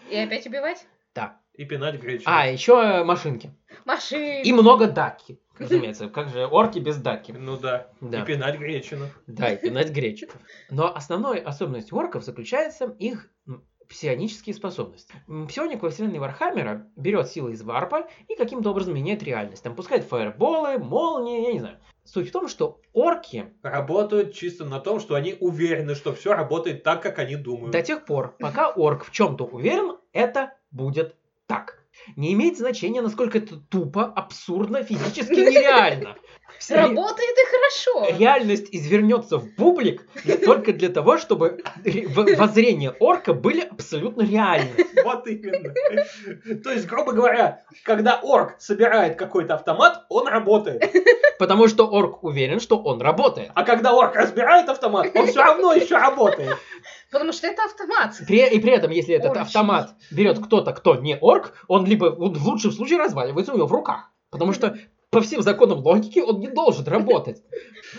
Speaker 3: И опять убивать?
Speaker 1: Да.
Speaker 2: и пинать гречку.
Speaker 1: А, еще машинки.
Speaker 3: Машины.
Speaker 1: И много даки. Разумеется, как же орки без даки.
Speaker 2: Ну да. И
Speaker 1: Да,
Speaker 2: пинать гречину.
Speaker 1: да, и пинать гречку. Но основной особенностью орков заключается их м, псионические способности. М, Псионик во вселенной Вархаммера берет силы из варпа и каким-то образом меняет реальность. Там пускает фаерболы, молнии, я не знаю. Суть в том, что орки
Speaker 2: Работают чисто на том, что они уверены, что все работает так, как они думают.
Speaker 1: До тех пор, пока орк в чем-то уверен, это будет так. Не имеет значения, насколько это тупо, абсурдно, физически нереально. Вся ре-
Speaker 3: Работает и хорошо.
Speaker 1: Реальность извернется в бублик не только для того, чтобы ре- в- воззрения орка были абсолютно реальны.
Speaker 2: Вот именно. То есть, грубо говоря, когда орк собирает какой-то автомат, он работает.
Speaker 1: Потому что орк уверен, что он работает.
Speaker 2: А когда орк разбирает автомат, он все равно еще работает.
Speaker 3: Потому что это автомат.
Speaker 1: При- и при этом, если этот
Speaker 3: Орчий.
Speaker 1: автомат берет кто-то, кто не орк, он либо он в лучшем случае разваливается у него в руках. Потому что по всем законам логики он не должен работать.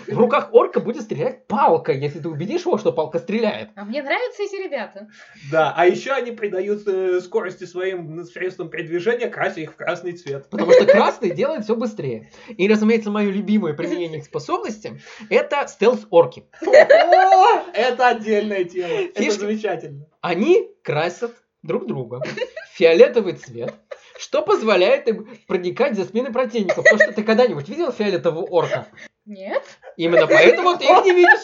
Speaker 1: В руках орка будет стрелять палка, если ты убедишь его, что палка стреляет.
Speaker 3: А мне нравятся эти ребята.
Speaker 2: Да, а еще они придают э, скорости своим средствам передвижения, крася их в красный цвет.
Speaker 1: Потому что красный делает все быстрее. И, разумеется, мое любимое применение их способности – это стелс-орки.
Speaker 2: О, это отдельная тема. Это
Speaker 1: Фишки.
Speaker 2: замечательно.
Speaker 1: Они красят друг друга в фиолетовый цвет, что позволяет им проникать за спины противников. Потому что ты когда-нибудь видел фиолетового орка?
Speaker 3: Нет?
Speaker 1: Именно поэтому ты их не видишь.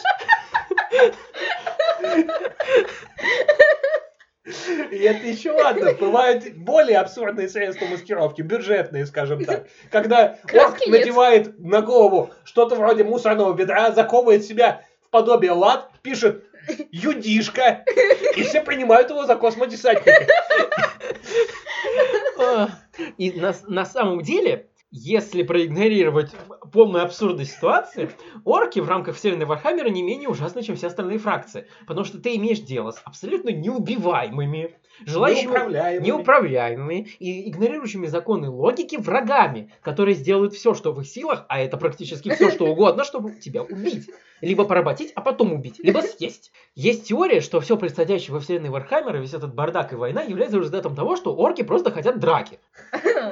Speaker 2: И это еще ладно. Бывают более абсурдные средства маскировки, бюджетные, скажем так. Когда орк
Speaker 3: Краски нет.
Speaker 2: надевает на голову что-то вроде мусорного ведра, заковывает себя в подобие лад, пишет «Юдишка», и все принимают его за космодесантника.
Speaker 1: Ах. И на, на самом деле, если проигнорировать полную абсурдность ситуации, орки в рамках вселенной Вархаммера не менее ужасны, чем все остальные фракции. Потому что ты имеешь дело с абсолютно неубиваемыми, желающими
Speaker 2: Неуправляемыми.
Speaker 1: неуправляемыми и игнорирующими законы логики врагами, которые сделают все, что в их силах, а это практически все, что угодно, чтобы тебя убить. либо поработить, а потом убить, либо съесть. Есть теория, что все происходящее во вселенной Вархаммера, весь этот бардак и война является результатом того, что орки просто хотят драки.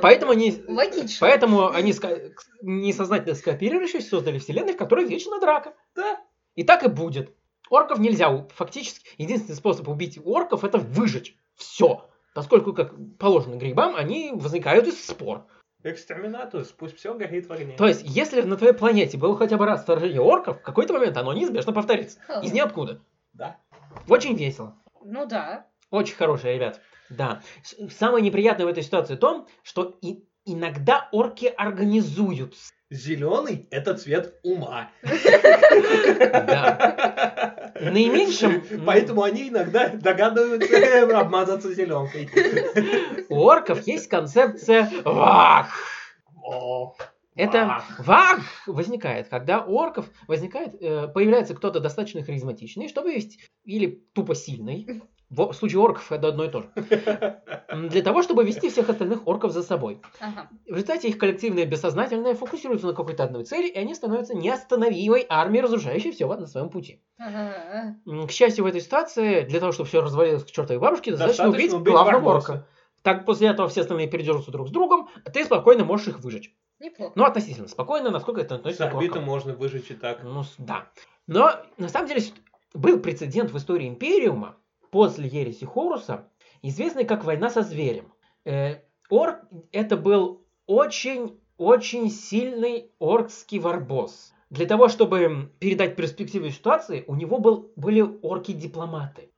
Speaker 1: Поэтому они...
Speaker 3: Логично.
Speaker 1: Поэтому они ска- несознательно скооперировавшись создали вселенную, в которой вечно драка.
Speaker 2: Да.
Speaker 1: И так и будет. Орков нельзя, у- фактически, единственный способ убить орков это выжечь. Все. Поскольку, как положено грибам, они возникают из спор.
Speaker 2: Экстерминатус, пусть все горит в огне.
Speaker 1: То есть, если на твоей планете было хотя бы раз вторжение орков, в какой-то момент оно неизбежно повторится. Из ниоткуда.
Speaker 2: Да.
Speaker 1: Очень весело.
Speaker 3: Ну да.
Speaker 1: Очень хорошие, ребят. Да. С- Самое неприятное в этой ситуации то, что и- иногда орки организуются.
Speaker 2: Зеленый это цвет ума.
Speaker 1: Да. Наименьшим м,
Speaker 2: Поэтому они иногда догадываются э, обмазаться зеленкой.
Speaker 1: у орков есть концепция вах.
Speaker 2: О,
Speaker 1: Это
Speaker 2: вах.
Speaker 1: вах возникает, когда у орков возникает, э, появляется кто-то достаточно харизматичный, чтобы вести, или тупо сильный. В в случае орков это одно и то же. М, Для того, чтобы вести всех остальных орков за собой.
Speaker 3: Ага.
Speaker 1: В результате их коллективное бессознательное фокусируется на какой-то одной цели, и они становятся неостановимой армией, разрушающей все на своем пути.
Speaker 3: Ага.
Speaker 1: М, К счастью, в этой ситуации, для того, чтобы все развалилось к чертовой бабушке, достаточно,
Speaker 2: Достаточно
Speaker 1: убить,
Speaker 2: убить
Speaker 1: главного
Speaker 2: Варгоса.
Speaker 1: орка. Так после этого все остальные передерутся друг с другом, а ты спокойно можешь их выжечь.
Speaker 3: Неплохо.
Speaker 1: Ну, относительно спокойно, насколько Ну, это
Speaker 2: С
Speaker 1: относится к
Speaker 2: орбиты
Speaker 1: оркам.
Speaker 2: можно выжечь и так.
Speaker 1: Ну, с- да. Но, на самом деле, с- был прецедент в истории Империума после Ереси Хоруса, известный как «Война со зверем». Э, орк – это был очень-очень сильный оркский варбос. Для того, чтобы м, передать перспективу ситуации, у него был, были орки-дипломаты,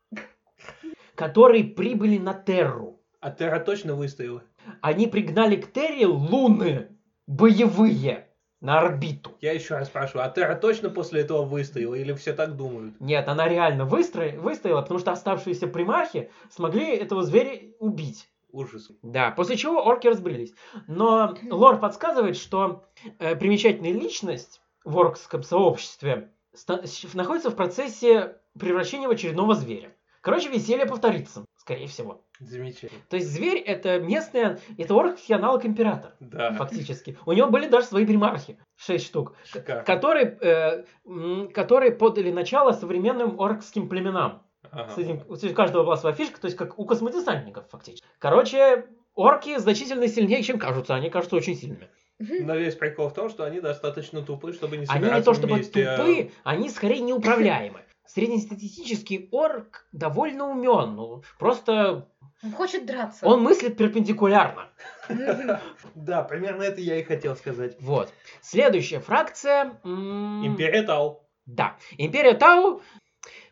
Speaker 1: которые прибыли на Терру.
Speaker 2: А Терра точно выстояла.
Speaker 1: Они пригнали к Терре луны боевые на орбиту.
Speaker 2: Я еще раз спрашиваю, а Терра точно после этого выстояла? Или все так думают?
Speaker 1: Нет, она реально выстро- выстояла, потому что оставшиеся примархи смогли этого зверя убить.
Speaker 2: Ужас.
Speaker 1: Да, после чего орки разбрелись. Но лор подсказывает, что э, примечательная личность в оркском сообществе ста- щ- находится в процессе превращения в очередного зверя. Короче, веселье повторится, скорее всего.
Speaker 2: Замечательно.
Speaker 1: То есть зверь это местная, это оркский аналог императора,
Speaker 2: Да.
Speaker 1: фактически. У него были даже свои примархи, шесть штук
Speaker 2: Шикарно.
Speaker 1: которые, э, м, которые подали начало современным оркским племенам.
Speaker 2: Ага.
Speaker 1: С этим- у каждого была своя фишка, то есть как у космодесантников фактически. Короче, орки значительно сильнее, чем кажутся. Они кажутся очень сильными.
Speaker 2: Но весь прикол в том, что они достаточно тупы, чтобы не
Speaker 1: Они
Speaker 2: собираться
Speaker 1: не то чтобы
Speaker 2: вместе, а-
Speaker 1: тупы, они скорее неуправляемы. Среднестатистический орк довольно умен. Ну, просто
Speaker 3: Он хочет драться.
Speaker 1: он мыслит перпендикулярно.
Speaker 3: Мгм.
Speaker 2: Да, примерно это я и хотел сказать.
Speaker 1: Вот. Следующая фракция. м,
Speaker 2: Империя Тау.
Speaker 1: Да. Империя Тау.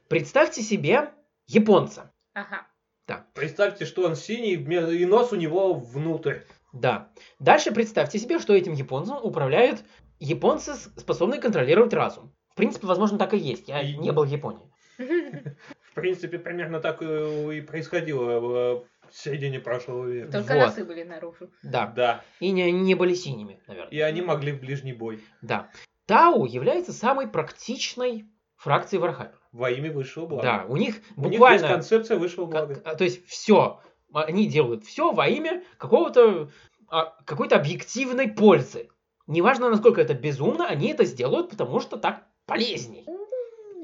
Speaker 1: Представьте себе японца.
Speaker 3: Ага.
Speaker 2: Представьте, что он синий, вме- и нос у него внутрь.
Speaker 1: Да. Дальше представьте себе, что этим японцам управляют японцы, с- способные контролировать разум. В принципе, возможно, так и есть. Я
Speaker 2: И-
Speaker 1: не был в Японии.
Speaker 2: В принципе, примерно так э, и происходило э, в середине прошлого века.
Speaker 3: Только
Speaker 1: Вот.
Speaker 3: носы были наружу.
Speaker 1: Да.
Speaker 2: Да,
Speaker 1: И не, не были синими, наверное.
Speaker 2: и они могли в ближний бой.
Speaker 1: Да. Тау является самой практичной фракцией Вархаммера.
Speaker 2: Во имя высшего блага.
Speaker 1: Да, у них
Speaker 2: У них есть
Speaker 1: буквально...
Speaker 2: концепция высшего
Speaker 1: ка-
Speaker 2: блага.
Speaker 1: а, то есть все. Они делают все во имя какого-то а, какой-то объективной пользы. Неважно, насколько это безумно, они это сделают, потому что так полезней.
Speaker 3: М,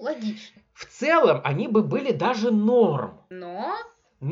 Speaker 3: Логично.
Speaker 1: В целом, они бы были даже норм.
Speaker 3: Но...
Speaker 1: Но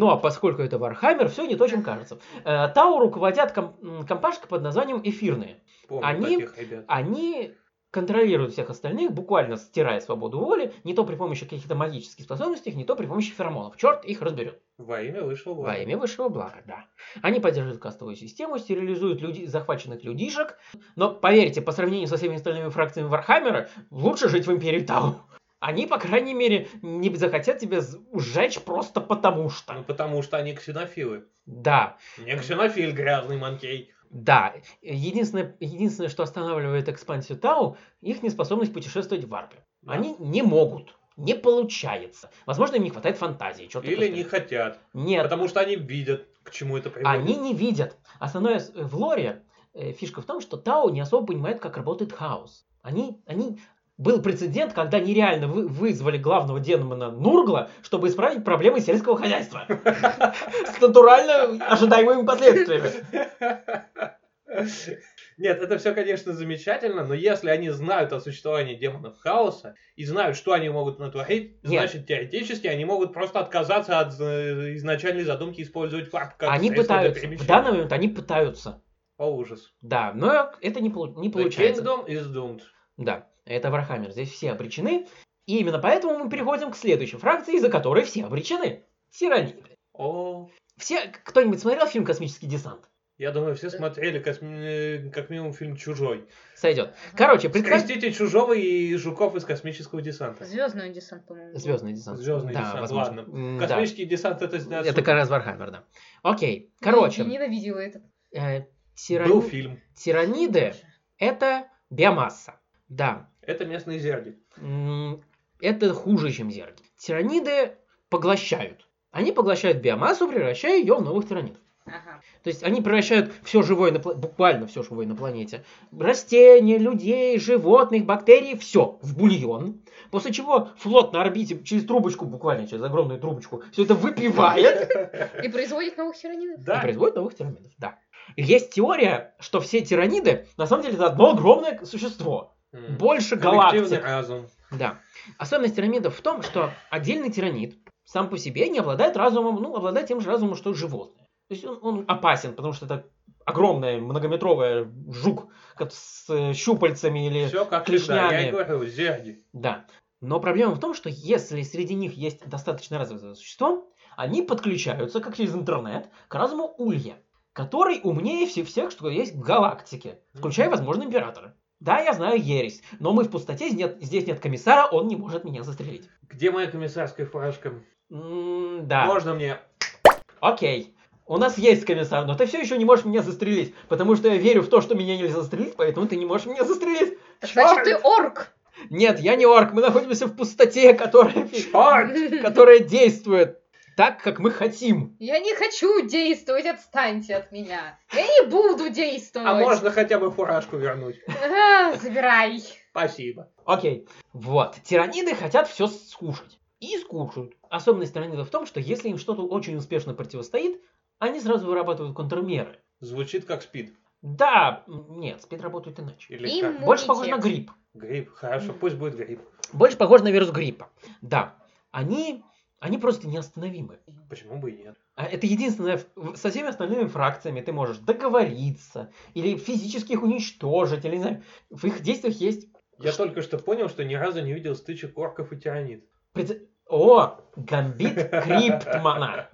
Speaker 1: Ну, а поскольку это Вархаммер, все не то, чем кажется. Э, Тау руководят ком- м, компашкой под названием «Эфирные».
Speaker 2: Помню
Speaker 1: они-
Speaker 2: таких ребят.
Speaker 1: Они контролируют всех остальных, буквально стирая свободу воли, не то при помощи каких-то магических способностей, не то при помощи феромонов. Черт их разберет.
Speaker 2: Во имя высшего блага.
Speaker 1: Во имя высшего блага, да. Они поддерживают кастовую систему, стерилизуют людей, захваченных людишек. Но поверьте, по сравнению со всеми остальными фракциями Вархаммера, лучше жить в Империи Тау. Они, по крайней мере, не захотят тебя з- сжечь просто потому
Speaker 2: Ну,
Speaker 1: что.
Speaker 2: потому что они ксенофилы.
Speaker 1: Да,
Speaker 2: Не ксенофил, грязный манкей.
Speaker 1: Да, единственное, единственное, что останавливает экспансию Тау, их неспособность путешествовать в варпе.
Speaker 2: Да.
Speaker 1: Они не могут, не получается. Возможно, им не хватает фантазии. чёрт их
Speaker 2: Или не
Speaker 1: разберет.
Speaker 2: хотят.
Speaker 1: Нет,
Speaker 2: Потому что они видят, к чему это приводит.
Speaker 1: они не видят. Основное с- в лоре э, фишка в том, что Тау не особо понимает, как работает хаос. Они, они... Был прецедент, когда они реально вы- вызвали главного демона Нургла, чтобы исправить проблемы сельского хозяйства. С натурально ожидаемыми последствиями.
Speaker 2: Нет, это все, конечно, замечательно, но если они знают о существовании демонов хаоса и знают, что они могут натворить,
Speaker 1: Нет.
Speaker 2: значит, теоретически они могут просто отказаться от э, изначальной задумки использовать варп как
Speaker 1: они
Speaker 2: средство для
Speaker 1: пытаются. В
Speaker 2: перемещения.
Speaker 1: данный момент они пытаются.
Speaker 2: О, ужас.
Speaker 1: Да, но это не, полу- не
Speaker 2: The
Speaker 1: получается.
Speaker 2: Kingdom is doomed.
Speaker 1: Да, это Вархаммер. Здесь все обречены. И именно поэтому мы переходим к следующей фракции, из-за которой все обречены. Тирания.
Speaker 2: О,
Speaker 1: Все, кто-нибудь смотрел фильм «Космический десант»?
Speaker 2: я думаю, все смотрели косми- э, как минимум фильм «Чужой».
Speaker 1: Сойдет. Короче, представьте...
Speaker 2: Скрестите «Чужого» и «Жуков» из «Космического десанта».
Speaker 3: Звездный десант, по-моему.
Speaker 1: Звездный десант.
Speaker 2: Звездный
Speaker 1: да,
Speaker 2: десант,
Speaker 1: возможно.
Speaker 2: ладно.
Speaker 1: М, да.
Speaker 2: Космический десант это, отсюда.
Speaker 1: Это как раз Вархаммер, да. Окей. Короче,
Speaker 3: Я ненавидела это.
Speaker 1: э, тирани-
Speaker 2: был фильм.
Speaker 1: тираниды — это биомасса. Да,
Speaker 2: Это местные зерги.
Speaker 1: М, это хуже, чем зерги. Тираниды поглощают. Они поглощают биомассу, превращая ее в новых тиранидов.
Speaker 3: Ага.
Speaker 1: То есть они превращают все живое, на пла- буквально все живое на планете, растения, людей, животных, бактерий, все в бульон. После чего флот на орбите через трубочку, буквально через огромную трубочку, все это выпивает
Speaker 3: И производит новых тиранидов.
Speaker 1: и
Speaker 2: Да.
Speaker 1: производит новых тиранидов. Да. Есть теория, что все тираниды на самом деле это одно огромное существо.
Speaker 2: М.
Speaker 1: Больше
Speaker 2: Коллективный
Speaker 1: галактик.
Speaker 2: разум.
Speaker 1: Да. Особенность тиранидов в том, что отдельный тиранид сам по себе не обладает разумом, ну, обладает тем же разумом, что и животное. То есть он, он опасен, потому что это огромная многометровая жук как с э, щупальцами или...
Speaker 2: Все как всегда. Я
Speaker 1: клешнями.
Speaker 2: и говорю, зерги.
Speaker 1: Да. Но проблема в том, что если среди них есть достаточно развитое существо, они подключаются, как через интернет, к разуму Улья, который умнее всех всех, что есть в галактике, включая, возможно, императора. Да, я знаю ересь, но мы в пустоте, нет- здесь нет комиссара, он не может меня застрелить.
Speaker 2: Где моя комиссарская фуражка?
Speaker 1: М, Да.
Speaker 2: Можно мне?
Speaker 1: Окей. У нас есть комиссар, но ты все еще не можешь меня застрелить, потому что я верю в то, что меня нельзя застрелить, поэтому ты не можешь меня застрелить.
Speaker 3: Так Значит, ты
Speaker 1: Чёрт!
Speaker 3: орк.
Speaker 1: Нет, я не орк, мы находимся в пустоте, которая,
Speaker 2: Чёрт!
Speaker 1: которая действует так, как мы хотим.
Speaker 3: Я не хочу действовать, отстаньте от меня. Я не буду действовать.
Speaker 2: А можно хотя бы фуражку вернуть?
Speaker 3: А, забирай.
Speaker 2: Спасибо.
Speaker 1: Окей. Вот. Тираниды хотят все скушать. И скушают. Особенность тиранидов в том, что если им что-то очень успешно противостоит, они сразу вырабатывают контрмеры.
Speaker 2: Звучит как спид.
Speaker 1: Да, м, нет, спид работает иначе.
Speaker 2: Или
Speaker 3: Им-
Speaker 2: как?
Speaker 1: Больше похоже на
Speaker 3: Иммунитет.
Speaker 1: грипп.
Speaker 2: Грипп. Хорошо, пусть будет грипп.
Speaker 1: Больше похоже на вирус гриппа. Да, они, они просто неостановимы.
Speaker 2: Почему бы и нет?
Speaker 1: А Это единственное, в- со всеми остальными фракциями ты можешь договориться, или физически их уничтожить, или не знаю, в их действиях есть...
Speaker 2: Я
Speaker 1: Что?
Speaker 2: только что понял, что ни разу не видел стычек орков и тиранид.
Speaker 1: пред- О, гамбит криптмана.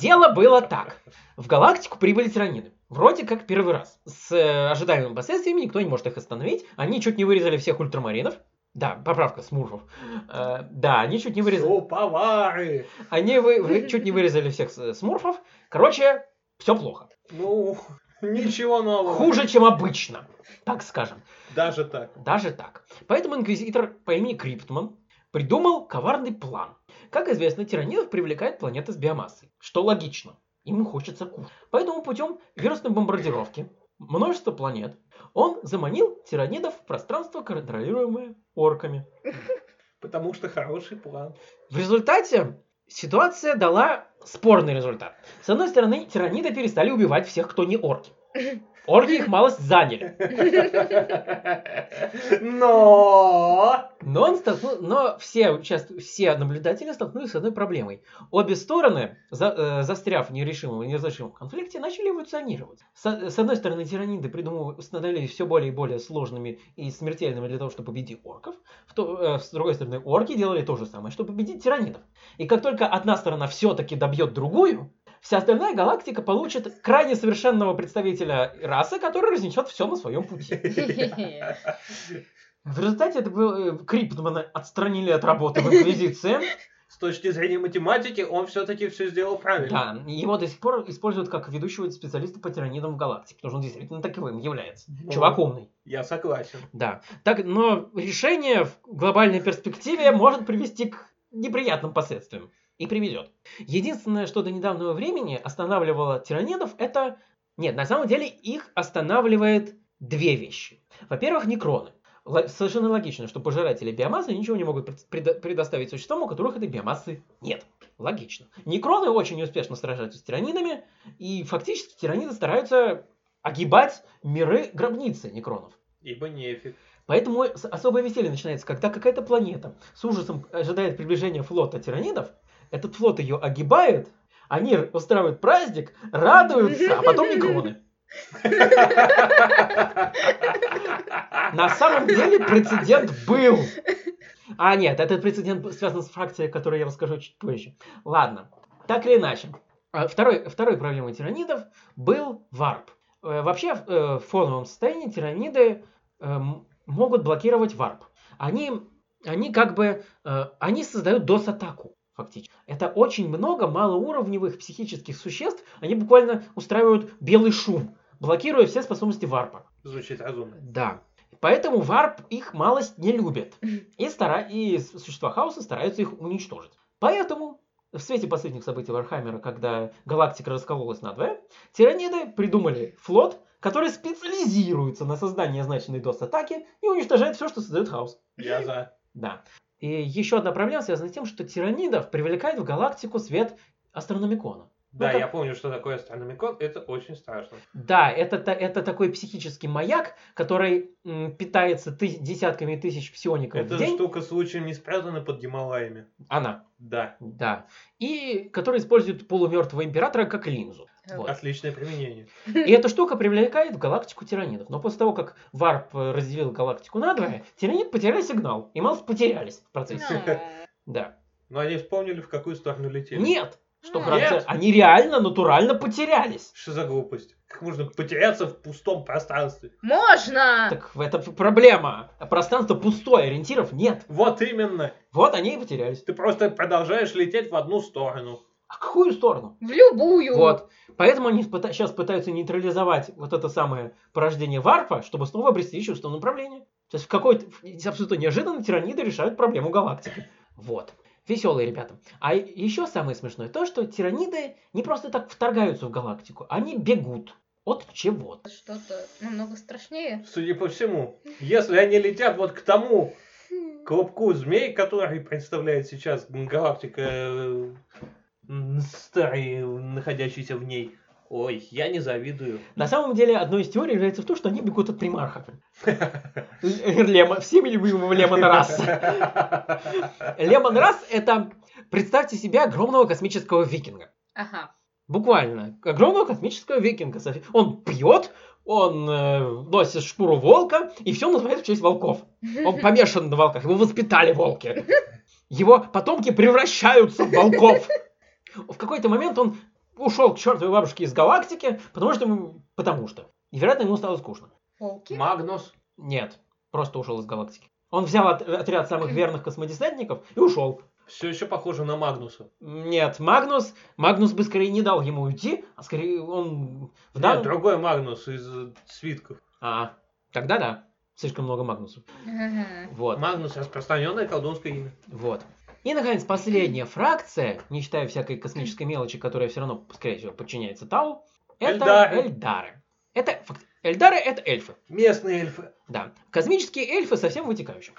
Speaker 1: Дело было так. В галактику прибыли тираниды. Вроде как первый раз. С э, ожидаемыми последствиями никто не может их остановить. Они чуть не вырезали всех ультрамаринов. Да, поправка, смурфов. Э, да, они чуть не вырезали...
Speaker 2: Суповары!
Speaker 1: Они вы, вы- чуть не вырезали всех с- смурфов. Короче, все плохо.
Speaker 2: Ну, ничего нового.
Speaker 1: Хуже, чем обычно. Так скажем.
Speaker 2: Даже так.
Speaker 1: Даже так. Поэтому инквизитор по имени Криптман придумал коварный план. Как известно, тиранидов привлекает планета с биомассой, что логично. Им хочется кушать. Поэтому путем вирусной бомбардировки множество планет он заманил тиранидов в пространство, контролируемое орками.
Speaker 2: Потому что хороший план.
Speaker 1: В результате ситуация дала спорный результат. С одной стороны, тираниды перестали убивать всех, кто не орки. Орки их малость заняли.
Speaker 2: Но!
Speaker 1: Но, он столкну- но все, участ- все наблюдатели столкнулись с одной проблемой. Обе стороны, за- э, застряв в нерешимом и неразрешимом конфликте, начали эволюционировать. С, с одной стороны, тираниды придумывали, становились все более и более сложными и смертельными для того, чтобы победить орков. В то- э, с другой стороны, орки делали то же самое, чтобы победить тиранидов. И как только одна сторона все-таки добьет другую, вся остальная галактика получит крайне совершенного представителя расы, который разнесет все на своем пути. В результате это было, э, Криптмана отстранили от работы в Инквизиции.
Speaker 2: С точки зрения математики он все-таки все сделал правильно.
Speaker 1: Да, его до сих пор используют как ведущего специалиста по тиранидам в галактике, потому что он действительно таковым является.
Speaker 2: Ну.
Speaker 1: Чувак умный.
Speaker 2: Я согласен.
Speaker 1: Да. Так, но решение в глобальной перспективе может привести к неприятным последствиям. И приведет. Единственное, что до недавнего времени останавливало тиранидов, это... Нет, на самом деле их останавливает две вещи. Во-первых, некроны. Ло- совершенно логично, что пожиратели биомассы ничего не могут пред- предо- предоставить существам, у которых этой биомассы нет. Логично. Некроны очень успешно сражаются с тиранидами, и фактически тираниды стараются огибать миры гробницы некронов.
Speaker 2: Ибо нефиг.
Speaker 1: Поэтому с- особое веселье начинается, когда какая-то планета с ужасом ожидает приближения флота тиранидов, этот флот ее огибает, они устраивают праздник, радуются, а потом некроны. На самом деле прецедент был. А нет, этот прецедент связан с фракцией, о которой я расскажу чуть позже. Ладно, так или иначе. А, Второй, второй проблемой тиранидов был варп. Э, Вообще в э, в фоновом состоянии тираниды эм, могут блокировать варп. Они, они как бы э, они создают дос-атаку фактически. Это очень много малоуровневых психических существ. Они буквально устраивают белый шум, блокируя все способности варпа.
Speaker 2: Звучит разумно.
Speaker 1: Да. Поэтому варп их малость не любит. И, стара... и с- существа хаоса стараются их уничтожить. Поэтому в свете последних событий Вархаммера, когда галактика раскололась надвое, тираниды придумали флот, который специализируется на создании означенной DOS-атаки и уничтожает все, что создает хаос.
Speaker 2: Я за.
Speaker 1: Да. И еще одна проблема связана с тем, что тиранидов привлекает в галактику свет астрономикона.
Speaker 2: Да,
Speaker 1: это-
Speaker 2: я помню, что такое астрономикон. Это очень страшно.
Speaker 1: Да, это, та- это такой психический маяк, который м, питается ты- десятками тысяч псиоников
Speaker 2: Эта
Speaker 1: в день.
Speaker 2: штука случаем не спрятана под Гималаями.
Speaker 1: Она.
Speaker 2: Да.
Speaker 1: Да. И который использует полумертвого императора как линзу. Вот.
Speaker 2: Отличное применение.
Speaker 1: И эта штука привлекает в галактику тиранидов. Но после того, как Варп э, разделил галактику надвое, тиранид потеряли сигнал. И Малс потерялись в процессе. Да.
Speaker 2: Но они вспомнили, в какую сторону летели.
Speaker 1: Нет! Что
Speaker 3: Нет.
Speaker 1: характерно, они реально, натурально потерялись.
Speaker 2: Что за глупость? Как можно потеряться в пустом пространстве?
Speaker 3: Можно!
Speaker 1: Так в- это проблема. Пространство пустое, ориентиров нет.
Speaker 2: Вот именно.
Speaker 1: Вот они и потерялись.
Speaker 2: Ты просто продолжаешь лететь в одну сторону.
Speaker 1: А какую сторону?
Speaker 3: В любую.
Speaker 1: Вот. Поэтому они сейчас пытаются нейтрализовать вот это самое порождение варпа, чтобы снова обрести чувство направления. То есть в какой-то в- абсолютно неожиданно тираниды решают проблему галактики. Вот. Веселые ребята. А еще самое смешное то, что тираниды не просто так вторгаются в галактику, они бегут от чего-то.
Speaker 3: Что-то намного страшнее.
Speaker 2: Судя по всему, если они летят вот к тому клубку змей, который представляет сейчас галактика э, м, старой, находящейся в ней. Ой, я не завидую.
Speaker 1: На самом деле, одной из теорий является то, что они бегут от примарха. Л- Лема, всеми любимого Лемона Расса. Лемон Расс это, представьте себе, огромного космического викинга.
Speaker 3: Ага.
Speaker 1: Буквально. Огромного космического викинга. Софи- Он пьет, он э, носит шкуру волка, и все называет в честь волков. Он помешан на волках, его воспитали волки. Его потомки превращаются в волков. В какой-то момент он ушел к чертовой бабушке из галактики, потому что, ему- потому что. И, вероятно, ему стало скучно.
Speaker 3: Волки.
Speaker 2: Магнус.
Speaker 1: Нет, просто ушел из галактики. Он взял от- отряд самых верных космодесантников и ушел.
Speaker 2: Все еще похоже на Магнуса.
Speaker 1: Нет, Магнус, Магнус бы скорее не дал ему уйти, а скорее он... в
Speaker 2: Да,
Speaker 1: данном-
Speaker 2: другой Магнус из э, свитков.
Speaker 1: А, тогда да, слишком много Магнусов.
Speaker 3: Ага.
Speaker 1: Вот,
Speaker 2: Магнус распространенное колдунское имя.
Speaker 1: вот. И, наконец, последняя фракция, не считая всякой космической мелочи, которая все равно, скорее всего, подчиняется Тау, это
Speaker 2: Эльдары.
Speaker 1: Эльдары. Это, факт- Эльдары — это эльфы.
Speaker 2: Местные эльфы.
Speaker 1: Да, космические эльфы совсем вытекающим.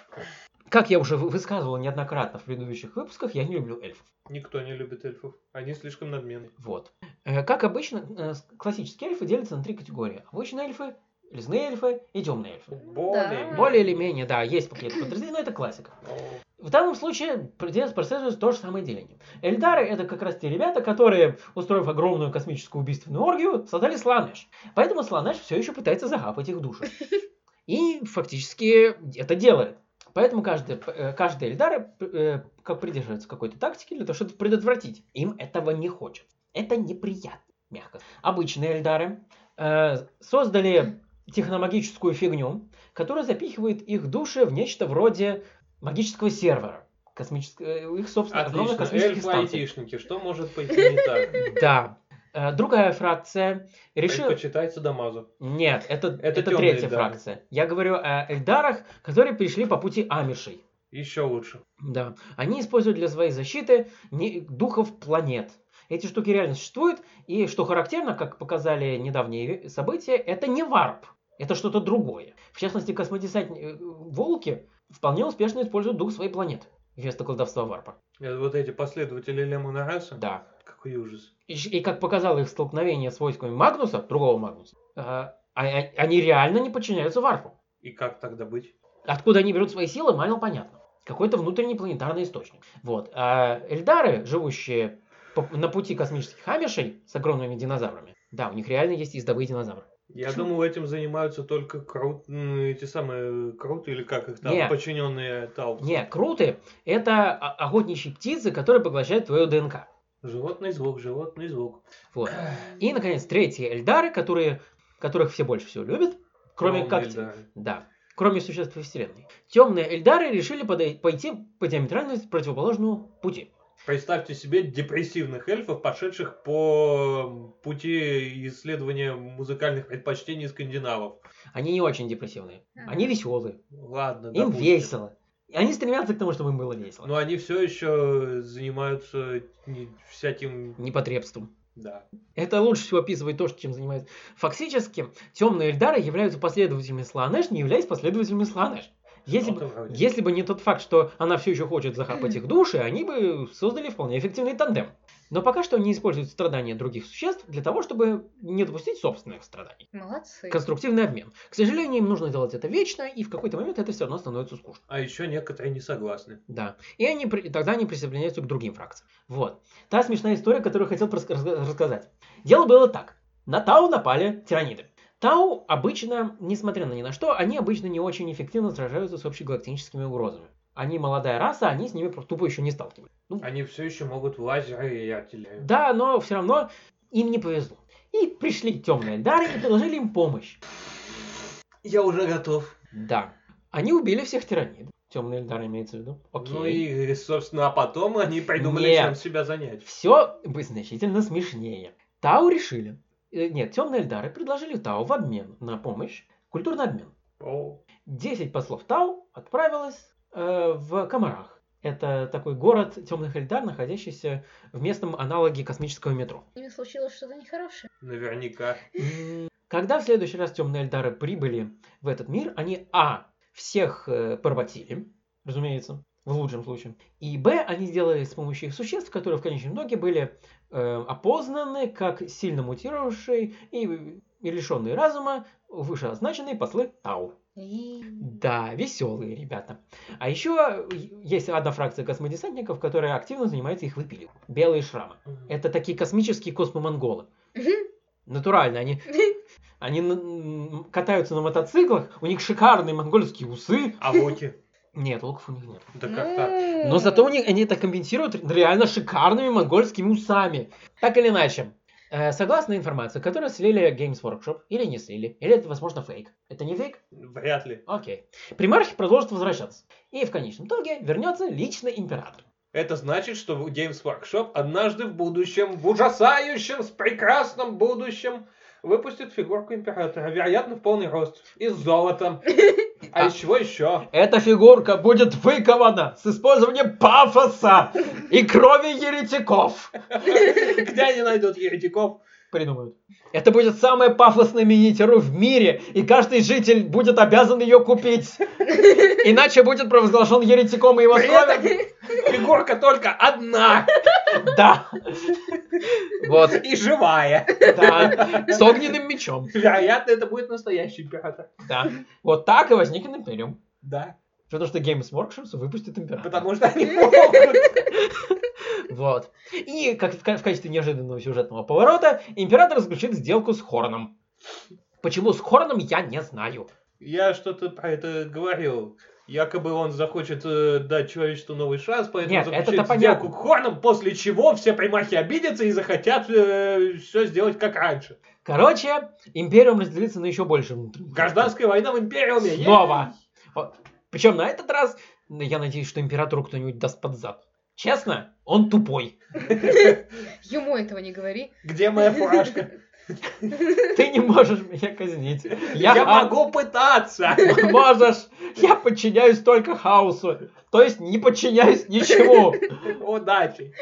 Speaker 1: Как я уже вы- высказывал неоднократно в предыдущих выпусках, я не люблю эльфов.
Speaker 2: Никто не любит эльфов. Они слишком надменны.
Speaker 1: Вот. Э, Как обычно, э, с- классические эльфы делятся на три категории. Обычные эльфы, лесные эльфы и темные эльфы.
Speaker 2: Более.
Speaker 3: Да.
Speaker 1: Более или менее, да, есть какие-то подразделения, но это классика.
Speaker 2: О,
Speaker 1: В данном случае здесь прослеживается то же самое деление. Эльдары это как раз те ребята, которые, устроив огромную космическую убийственную оргию, создали Сланеш. Поэтому Сланеш все еще пытается захапать их души. И фактически это делает. Поэтому каждый, э, каждый Эльдар э, как придерживается какой-то тактики для того, чтобы это предотвратить. Им этого не хочет. Это неприятно, мягко. Обычные Эльдары э, создали техномагическую фигню, которая запихивает их души в нечто вроде магического сервера. Космического, э, их, собственно, огромных
Speaker 2: Отлично.
Speaker 1: космических станций.
Speaker 2: Эльфы-айтишники. Что может пойти не так?
Speaker 1: Да. Э, Другая фракция решила...
Speaker 2: Предпочитается Дамазу.
Speaker 1: Нет, это, это,
Speaker 2: Это тёмные
Speaker 1: третья
Speaker 2: эльдары.
Speaker 1: фракция. Я говорю о эльдарах, которые перешли по пути амишей.
Speaker 2: Еще лучше.
Speaker 1: Да. Они используют для своей защиты не- духов планет. Эти штуки реально существуют, и что характерно, как показали недавние ве- события, это не варп, это что-то другое. В частности, космодесантники волки вполне успешно используют дух своей планеты вместо колдовства варпа.
Speaker 2: Э, Вот эти последователи Лемона Раса.
Speaker 1: Да.
Speaker 2: Какой ужас.
Speaker 1: И, щ- и как показало их столкновение с войсками Магнуса, другого Магнуса, э, А- а- Они реально не подчиняются Варфу.
Speaker 2: И как тогда быть?
Speaker 1: Откуда они берут свои силы, Майнл понятно. Какой-то внутренний планетарный источник. Вот. А эльдары, живущие по- на пути космических амишей с огромными динозаврами, да, у них реально есть ездовые динозавры.
Speaker 2: Я думал, этим занимаются только крут... м, эти самые круты или как их там,
Speaker 1: Не.
Speaker 2: подчиненные Таубсу.
Speaker 1: Не, круты — это о- охотничьи птицы, которые поглощают твою ДНК.
Speaker 2: Животный звук, животный звук.
Speaker 1: Вот. И, наконец, третьи эльдары, которые, которых все больше всего любят, кроме
Speaker 2: Кровные
Speaker 1: как...
Speaker 2: эльдары.
Speaker 1: Да, кроме существ во Вселенной. Темные эльдары решили подой- пойти по диаметрально противоположному пути.
Speaker 2: Представьте себе депрессивных эльфов, пошедших по пути исследования музыкальных предпочтений скандинавов.
Speaker 1: Они не очень депрессивные.
Speaker 3: Ага.
Speaker 1: Они веселые.
Speaker 2: Ладно,
Speaker 1: Им
Speaker 2: допустим.
Speaker 1: весело. И они стремятся к тому, чтобы им было весело.
Speaker 2: Но они все еще занимаются не- всяким...
Speaker 1: Непотребством.
Speaker 2: Да.
Speaker 1: Это лучше всего описывает то, чем занимаются. Фактически, темные эльдары являются последователями Слоанеш, не являясь последователями Слоанеш. Если, бы,
Speaker 2: Что-то вроде.
Speaker 1: если бы не тот факт, что она все еще хочет захапать их души, они бы создали вполне эффективный тандем. Но пока что они используют страдания других существ для того, чтобы не допустить собственных страданий.
Speaker 3: Молодцы.
Speaker 1: Конструктивный обмен. К сожалению, им нужно делать это вечно, и в какой-то момент это все равно становится скучно.
Speaker 2: А еще некоторые не согласны.
Speaker 1: Да. И они при- тогда они присоединяются к другим фракциям. Вот. Та смешная история, которую я хотел проск- разга- рассказать. Дело было так. На Тау напали тираниды. Тау обычно, несмотря на ни на что, они обычно не очень эффективно сражаются с общегалактическими угрозами. Они молодая раса, они с ними просто тупо еще не сталкивались. Ну,
Speaker 2: Они все еще могут лазеры и артиллерию.
Speaker 1: да, но все равно им не повезло. И пришли темные дары и предложили им помощь.
Speaker 2: Я уже готов.
Speaker 1: Да. Они убили всех тиранид. Темные дары имеется в виду. Окей.
Speaker 2: Ну и, собственно, а потом они придумали,
Speaker 1: Нет.
Speaker 2: чем себя занять.
Speaker 1: Все бы значительно смешнее. Тау решили. э, Нет, темные эльдары предложили Тау в обмен на помощь, культурный обмен.
Speaker 2: О,
Speaker 1: 10 послов Тау отправилось э, в Камарах. Это такой город темных эльдар, находящийся в местном аналоге космического метро.
Speaker 3: С ними случилось что-то нехорошее.
Speaker 2: наверняка.
Speaker 1: М, Когда в следующий раз темные эльдары прибыли в этот мир, они а. всех э, поработили, разумеется, в лучшем случае, и б. они сделали с помощью их существ, которые в конечном итоге были э, опознаны как сильно мутировавшие и, и лишенные разума вышеозначенные послы Тау.
Speaker 3: И...
Speaker 1: Да, веселые ребята. А еще есть одна фракция космодесантников, которая активно занимается их выпиливанием. Белые шрамы. Это такие космические космомонголы. Натурально, они они на- м, катаются на мотоциклах, у них шикарные монгольские усы.
Speaker 2: А воки?
Speaker 1: Нет, луков у них нет.
Speaker 2: Да как так?
Speaker 3: Ну.
Speaker 1: Но зато у них они это компенсируют реально шикарными монгольскими усами. Так или иначе, э, согласно информации, которую слили Games Workshop, или не слили, или это, возможно, фейк. Это не фейк?
Speaker 2: Вряд ли.
Speaker 1: Окей. Примархи продолжат возвращаться. И в конечном итоге вернется лично император.
Speaker 2: Это значит, что в Games Workshop однажды в будущем, в ужасающем, с прекрасным будущем, выпустит фигурку императора, вероятно, в полный рост, и с золотом. А из чего еще?
Speaker 1: Эта фигурка будет выкована с использованием пафоса и крови еретиков.
Speaker 2: Где они найдут еретиков?
Speaker 1: придумают. Это будет самая пафосная миниатюра в мире, и каждый житель будет обязан ее купить. Иначе будет провозглашен еретиком и его
Speaker 2: При
Speaker 1: словом.
Speaker 2: этом фигурка только одна
Speaker 1: Да. Вот,
Speaker 2: и живая.
Speaker 1: да. С огненным мечом.
Speaker 2: Вероятно, это будет настоящий император.
Speaker 1: Да. Вот так и возникнет Империум.
Speaker 2: Да.
Speaker 1: Потому что Games Workshop выпустит Император.
Speaker 2: Потому что они могут.
Speaker 1: Вот. И как в, ка- в качестве неожиданного сюжетного поворота Император заключит сделку с Хороном. Почему с Хороном, я не знаю.
Speaker 2: Я что-то про это говорил. Якобы он захочет э, дать человечеству новый шанс, поэтому
Speaker 1: Нет,
Speaker 2: заключит
Speaker 1: это-то
Speaker 2: сделку
Speaker 1: понятно.
Speaker 2: к Хорнам, после чего все примахи обидятся и захотят все сделать как раньше.
Speaker 1: Короче, Империум разделится на еще больше внутренних.
Speaker 2: Гражданская война в Империуме! е-е-е!
Speaker 1: Снова. Причем на этот раз, ну, я надеюсь, что императору кто-нибудь даст под зад. Честно, он тупой.
Speaker 3: Ему этого не говори.
Speaker 2: Где моя фуражка?
Speaker 1: Ты не можешь меня казнить.
Speaker 2: Я,
Speaker 1: Я,
Speaker 2: могу пытаться!
Speaker 1: могу. Можешь. Я подчиняюсь только хаосу. То есть не подчиняюсь ничему.
Speaker 2: Удачи!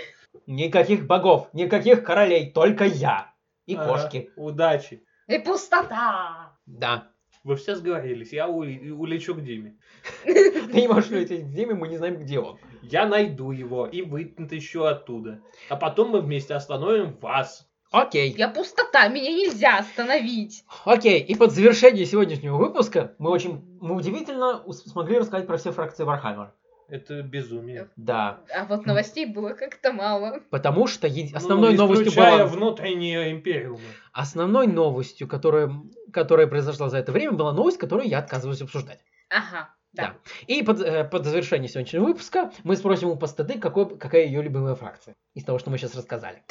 Speaker 1: Никаких богов, никаких королей, только я. И
Speaker 2: Ага,
Speaker 1: кошки.
Speaker 2: Удачи!
Speaker 3: И пустота.
Speaker 1: Да.
Speaker 2: Вы все сговорились, я ули- улечу к Диме.
Speaker 1: Ты не можешь лететь в землю, мы не знаем, где он.
Speaker 2: Я найду его и вытащу оттуда. А потом мы вместе остановим вас.
Speaker 1: Окей.
Speaker 3: Я пустота, меня нельзя остановить.
Speaker 1: Окей, и под завершение сегодняшнего выпуска мы очень мы удивительно ус- смогли рассказать про все фракции Вархаммера.
Speaker 2: Это безумие.
Speaker 1: Да,
Speaker 3: А вот новостей было как-то мало.
Speaker 1: потому что еди- основной
Speaker 2: Ну,
Speaker 1: новостью
Speaker 2: исключая
Speaker 1: была...
Speaker 2: внутренние империумы.
Speaker 1: Основной новостью, которая, которая произошла за это время, была новость, которую я отказываюсь обсуждать.
Speaker 3: Ага, да.
Speaker 1: И под, э, под завершение сегодняшнего выпуска мы спросим у Пастады, какой, какая ее любимая фракция из того, что мы сейчас рассказали.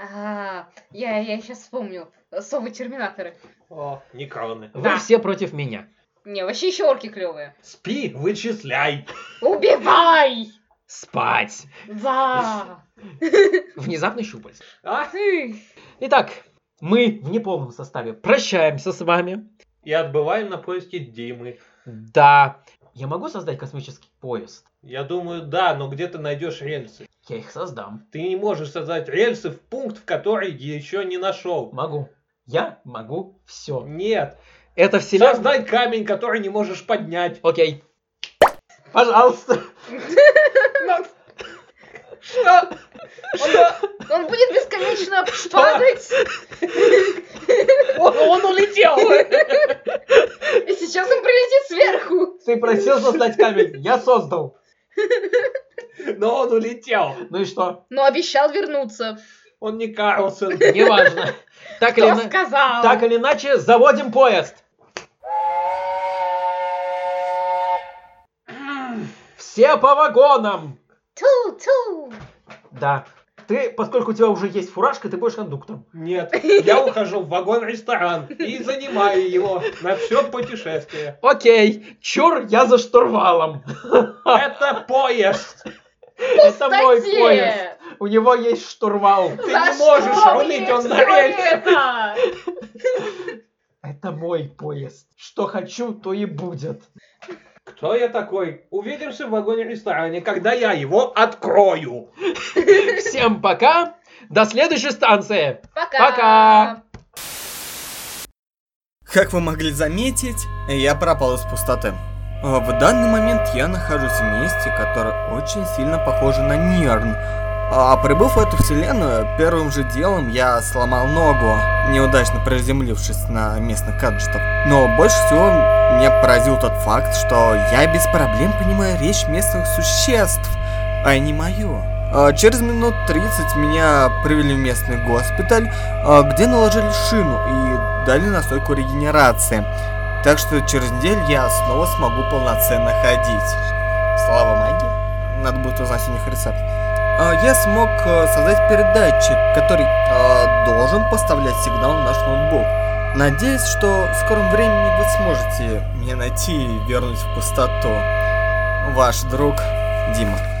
Speaker 3: А, я, я сейчас вспомнил. Совы терминаторы.
Speaker 2: О, некроны.
Speaker 1: Вы
Speaker 3: Да.
Speaker 1: все против меня.
Speaker 3: Не, вообще еще орки клевые.
Speaker 2: Спи, вычисляй.
Speaker 3: Убивай!
Speaker 1: Спать!
Speaker 3: Да!
Speaker 1: Внезапный щупальц.
Speaker 2: А?
Speaker 3: Ты.
Speaker 1: Итак, мы в неполном составе прощаемся с вами.
Speaker 2: И отбываем на поиски Димы.
Speaker 1: Да, я могу создать космический поезд?
Speaker 2: Я думаю, да, но где ты найдешь рельсы?
Speaker 1: Я их создам.
Speaker 2: Ты не можешь создать рельсы в пункт, в который еще не нашел.
Speaker 1: Могу. Я могу все.
Speaker 2: Нет.
Speaker 1: Это вселенная...
Speaker 2: Создай камень, который не можешь поднять.
Speaker 1: Окей. Пожалуйста.
Speaker 2: Что? Что?
Speaker 3: Он будет бесконечно падать.
Speaker 2: Он, он улетел.
Speaker 3: И сейчас он прилетит сверху.
Speaker 1: Ты просил создать камень. Я создал.
Speaker 2: Но он улетел.
Speaker 1: Ну и что?
Speaker 3: Но обещал вернуться.
Speaker 2: Он не Карлсон.
Speaker 1: Неважно. Так или
Speaker 3: Кто
Speaker 1: иначе...
Speaker 3: сказал?
Speaker 1: Так или иначе, заводим поезд. Все по вагонам.
Speaker 3: Ту-ту.
Speaker 1: Да. Ты, поскольку у тебя уже есть фуражка, ты будешь кондуктором.
Speaker 2: Нет, я ухожу в вагон-ресторан и занимаю его на все путешествие.
Speaker 1: Окей. Чур, я за штурвалом.
Speaker 2: Это поезд.
Speaker 1: Это мой
Speaker 3: Кстати,
Speaker 1: поезд. У него есть штурвал.
Speaker 2: Ты
Speaker 3: за
Speaker 2: не можешь
Speaker 3: что
Speaker 2: рулить,
Speaker 3: мне
Speaker 2: он на
Speaker 3: всё
Speaker 2: рельсах.
Speaker 3: это?
Speaker 1: Это мой поезд. Что хочу, то и будет.
Speaker 2: Кто я такой? Увидимся в вагоне-ресторане, когда я его открою.
Speaker 1: Всем пока. До следующей станции.
Speaker 3: Пока.
Speaker 1: Пока.
Speaker 4: Как вы могли заметить, я пропал из пустоты. А, В данный момент я нахожусь в месте, которое очень сильно похоже на Нерн. А прибыв в эту вселенную, первым же делом я сломал ногу, неудачно приземлившись на местных каджетов. Но больше всего меня поразил тот факт, что я без проблем понимаю речь местных существ, а не мою. А, Через минут 30 меня привели в местный госпиталь, а, где наложили шину и дали настойку регенерации. Так что через неделю я снова смогу полноценно ходить. Слава магии. Надо будет узнать у них рецепт. А, Я смог э, создать передатчик, который э, должен поставлять сигнал на наш ноутбук. Надеюсь, что в скором времени вы сможете меня найти и вернуть в пустоту. Ваш друг Дима.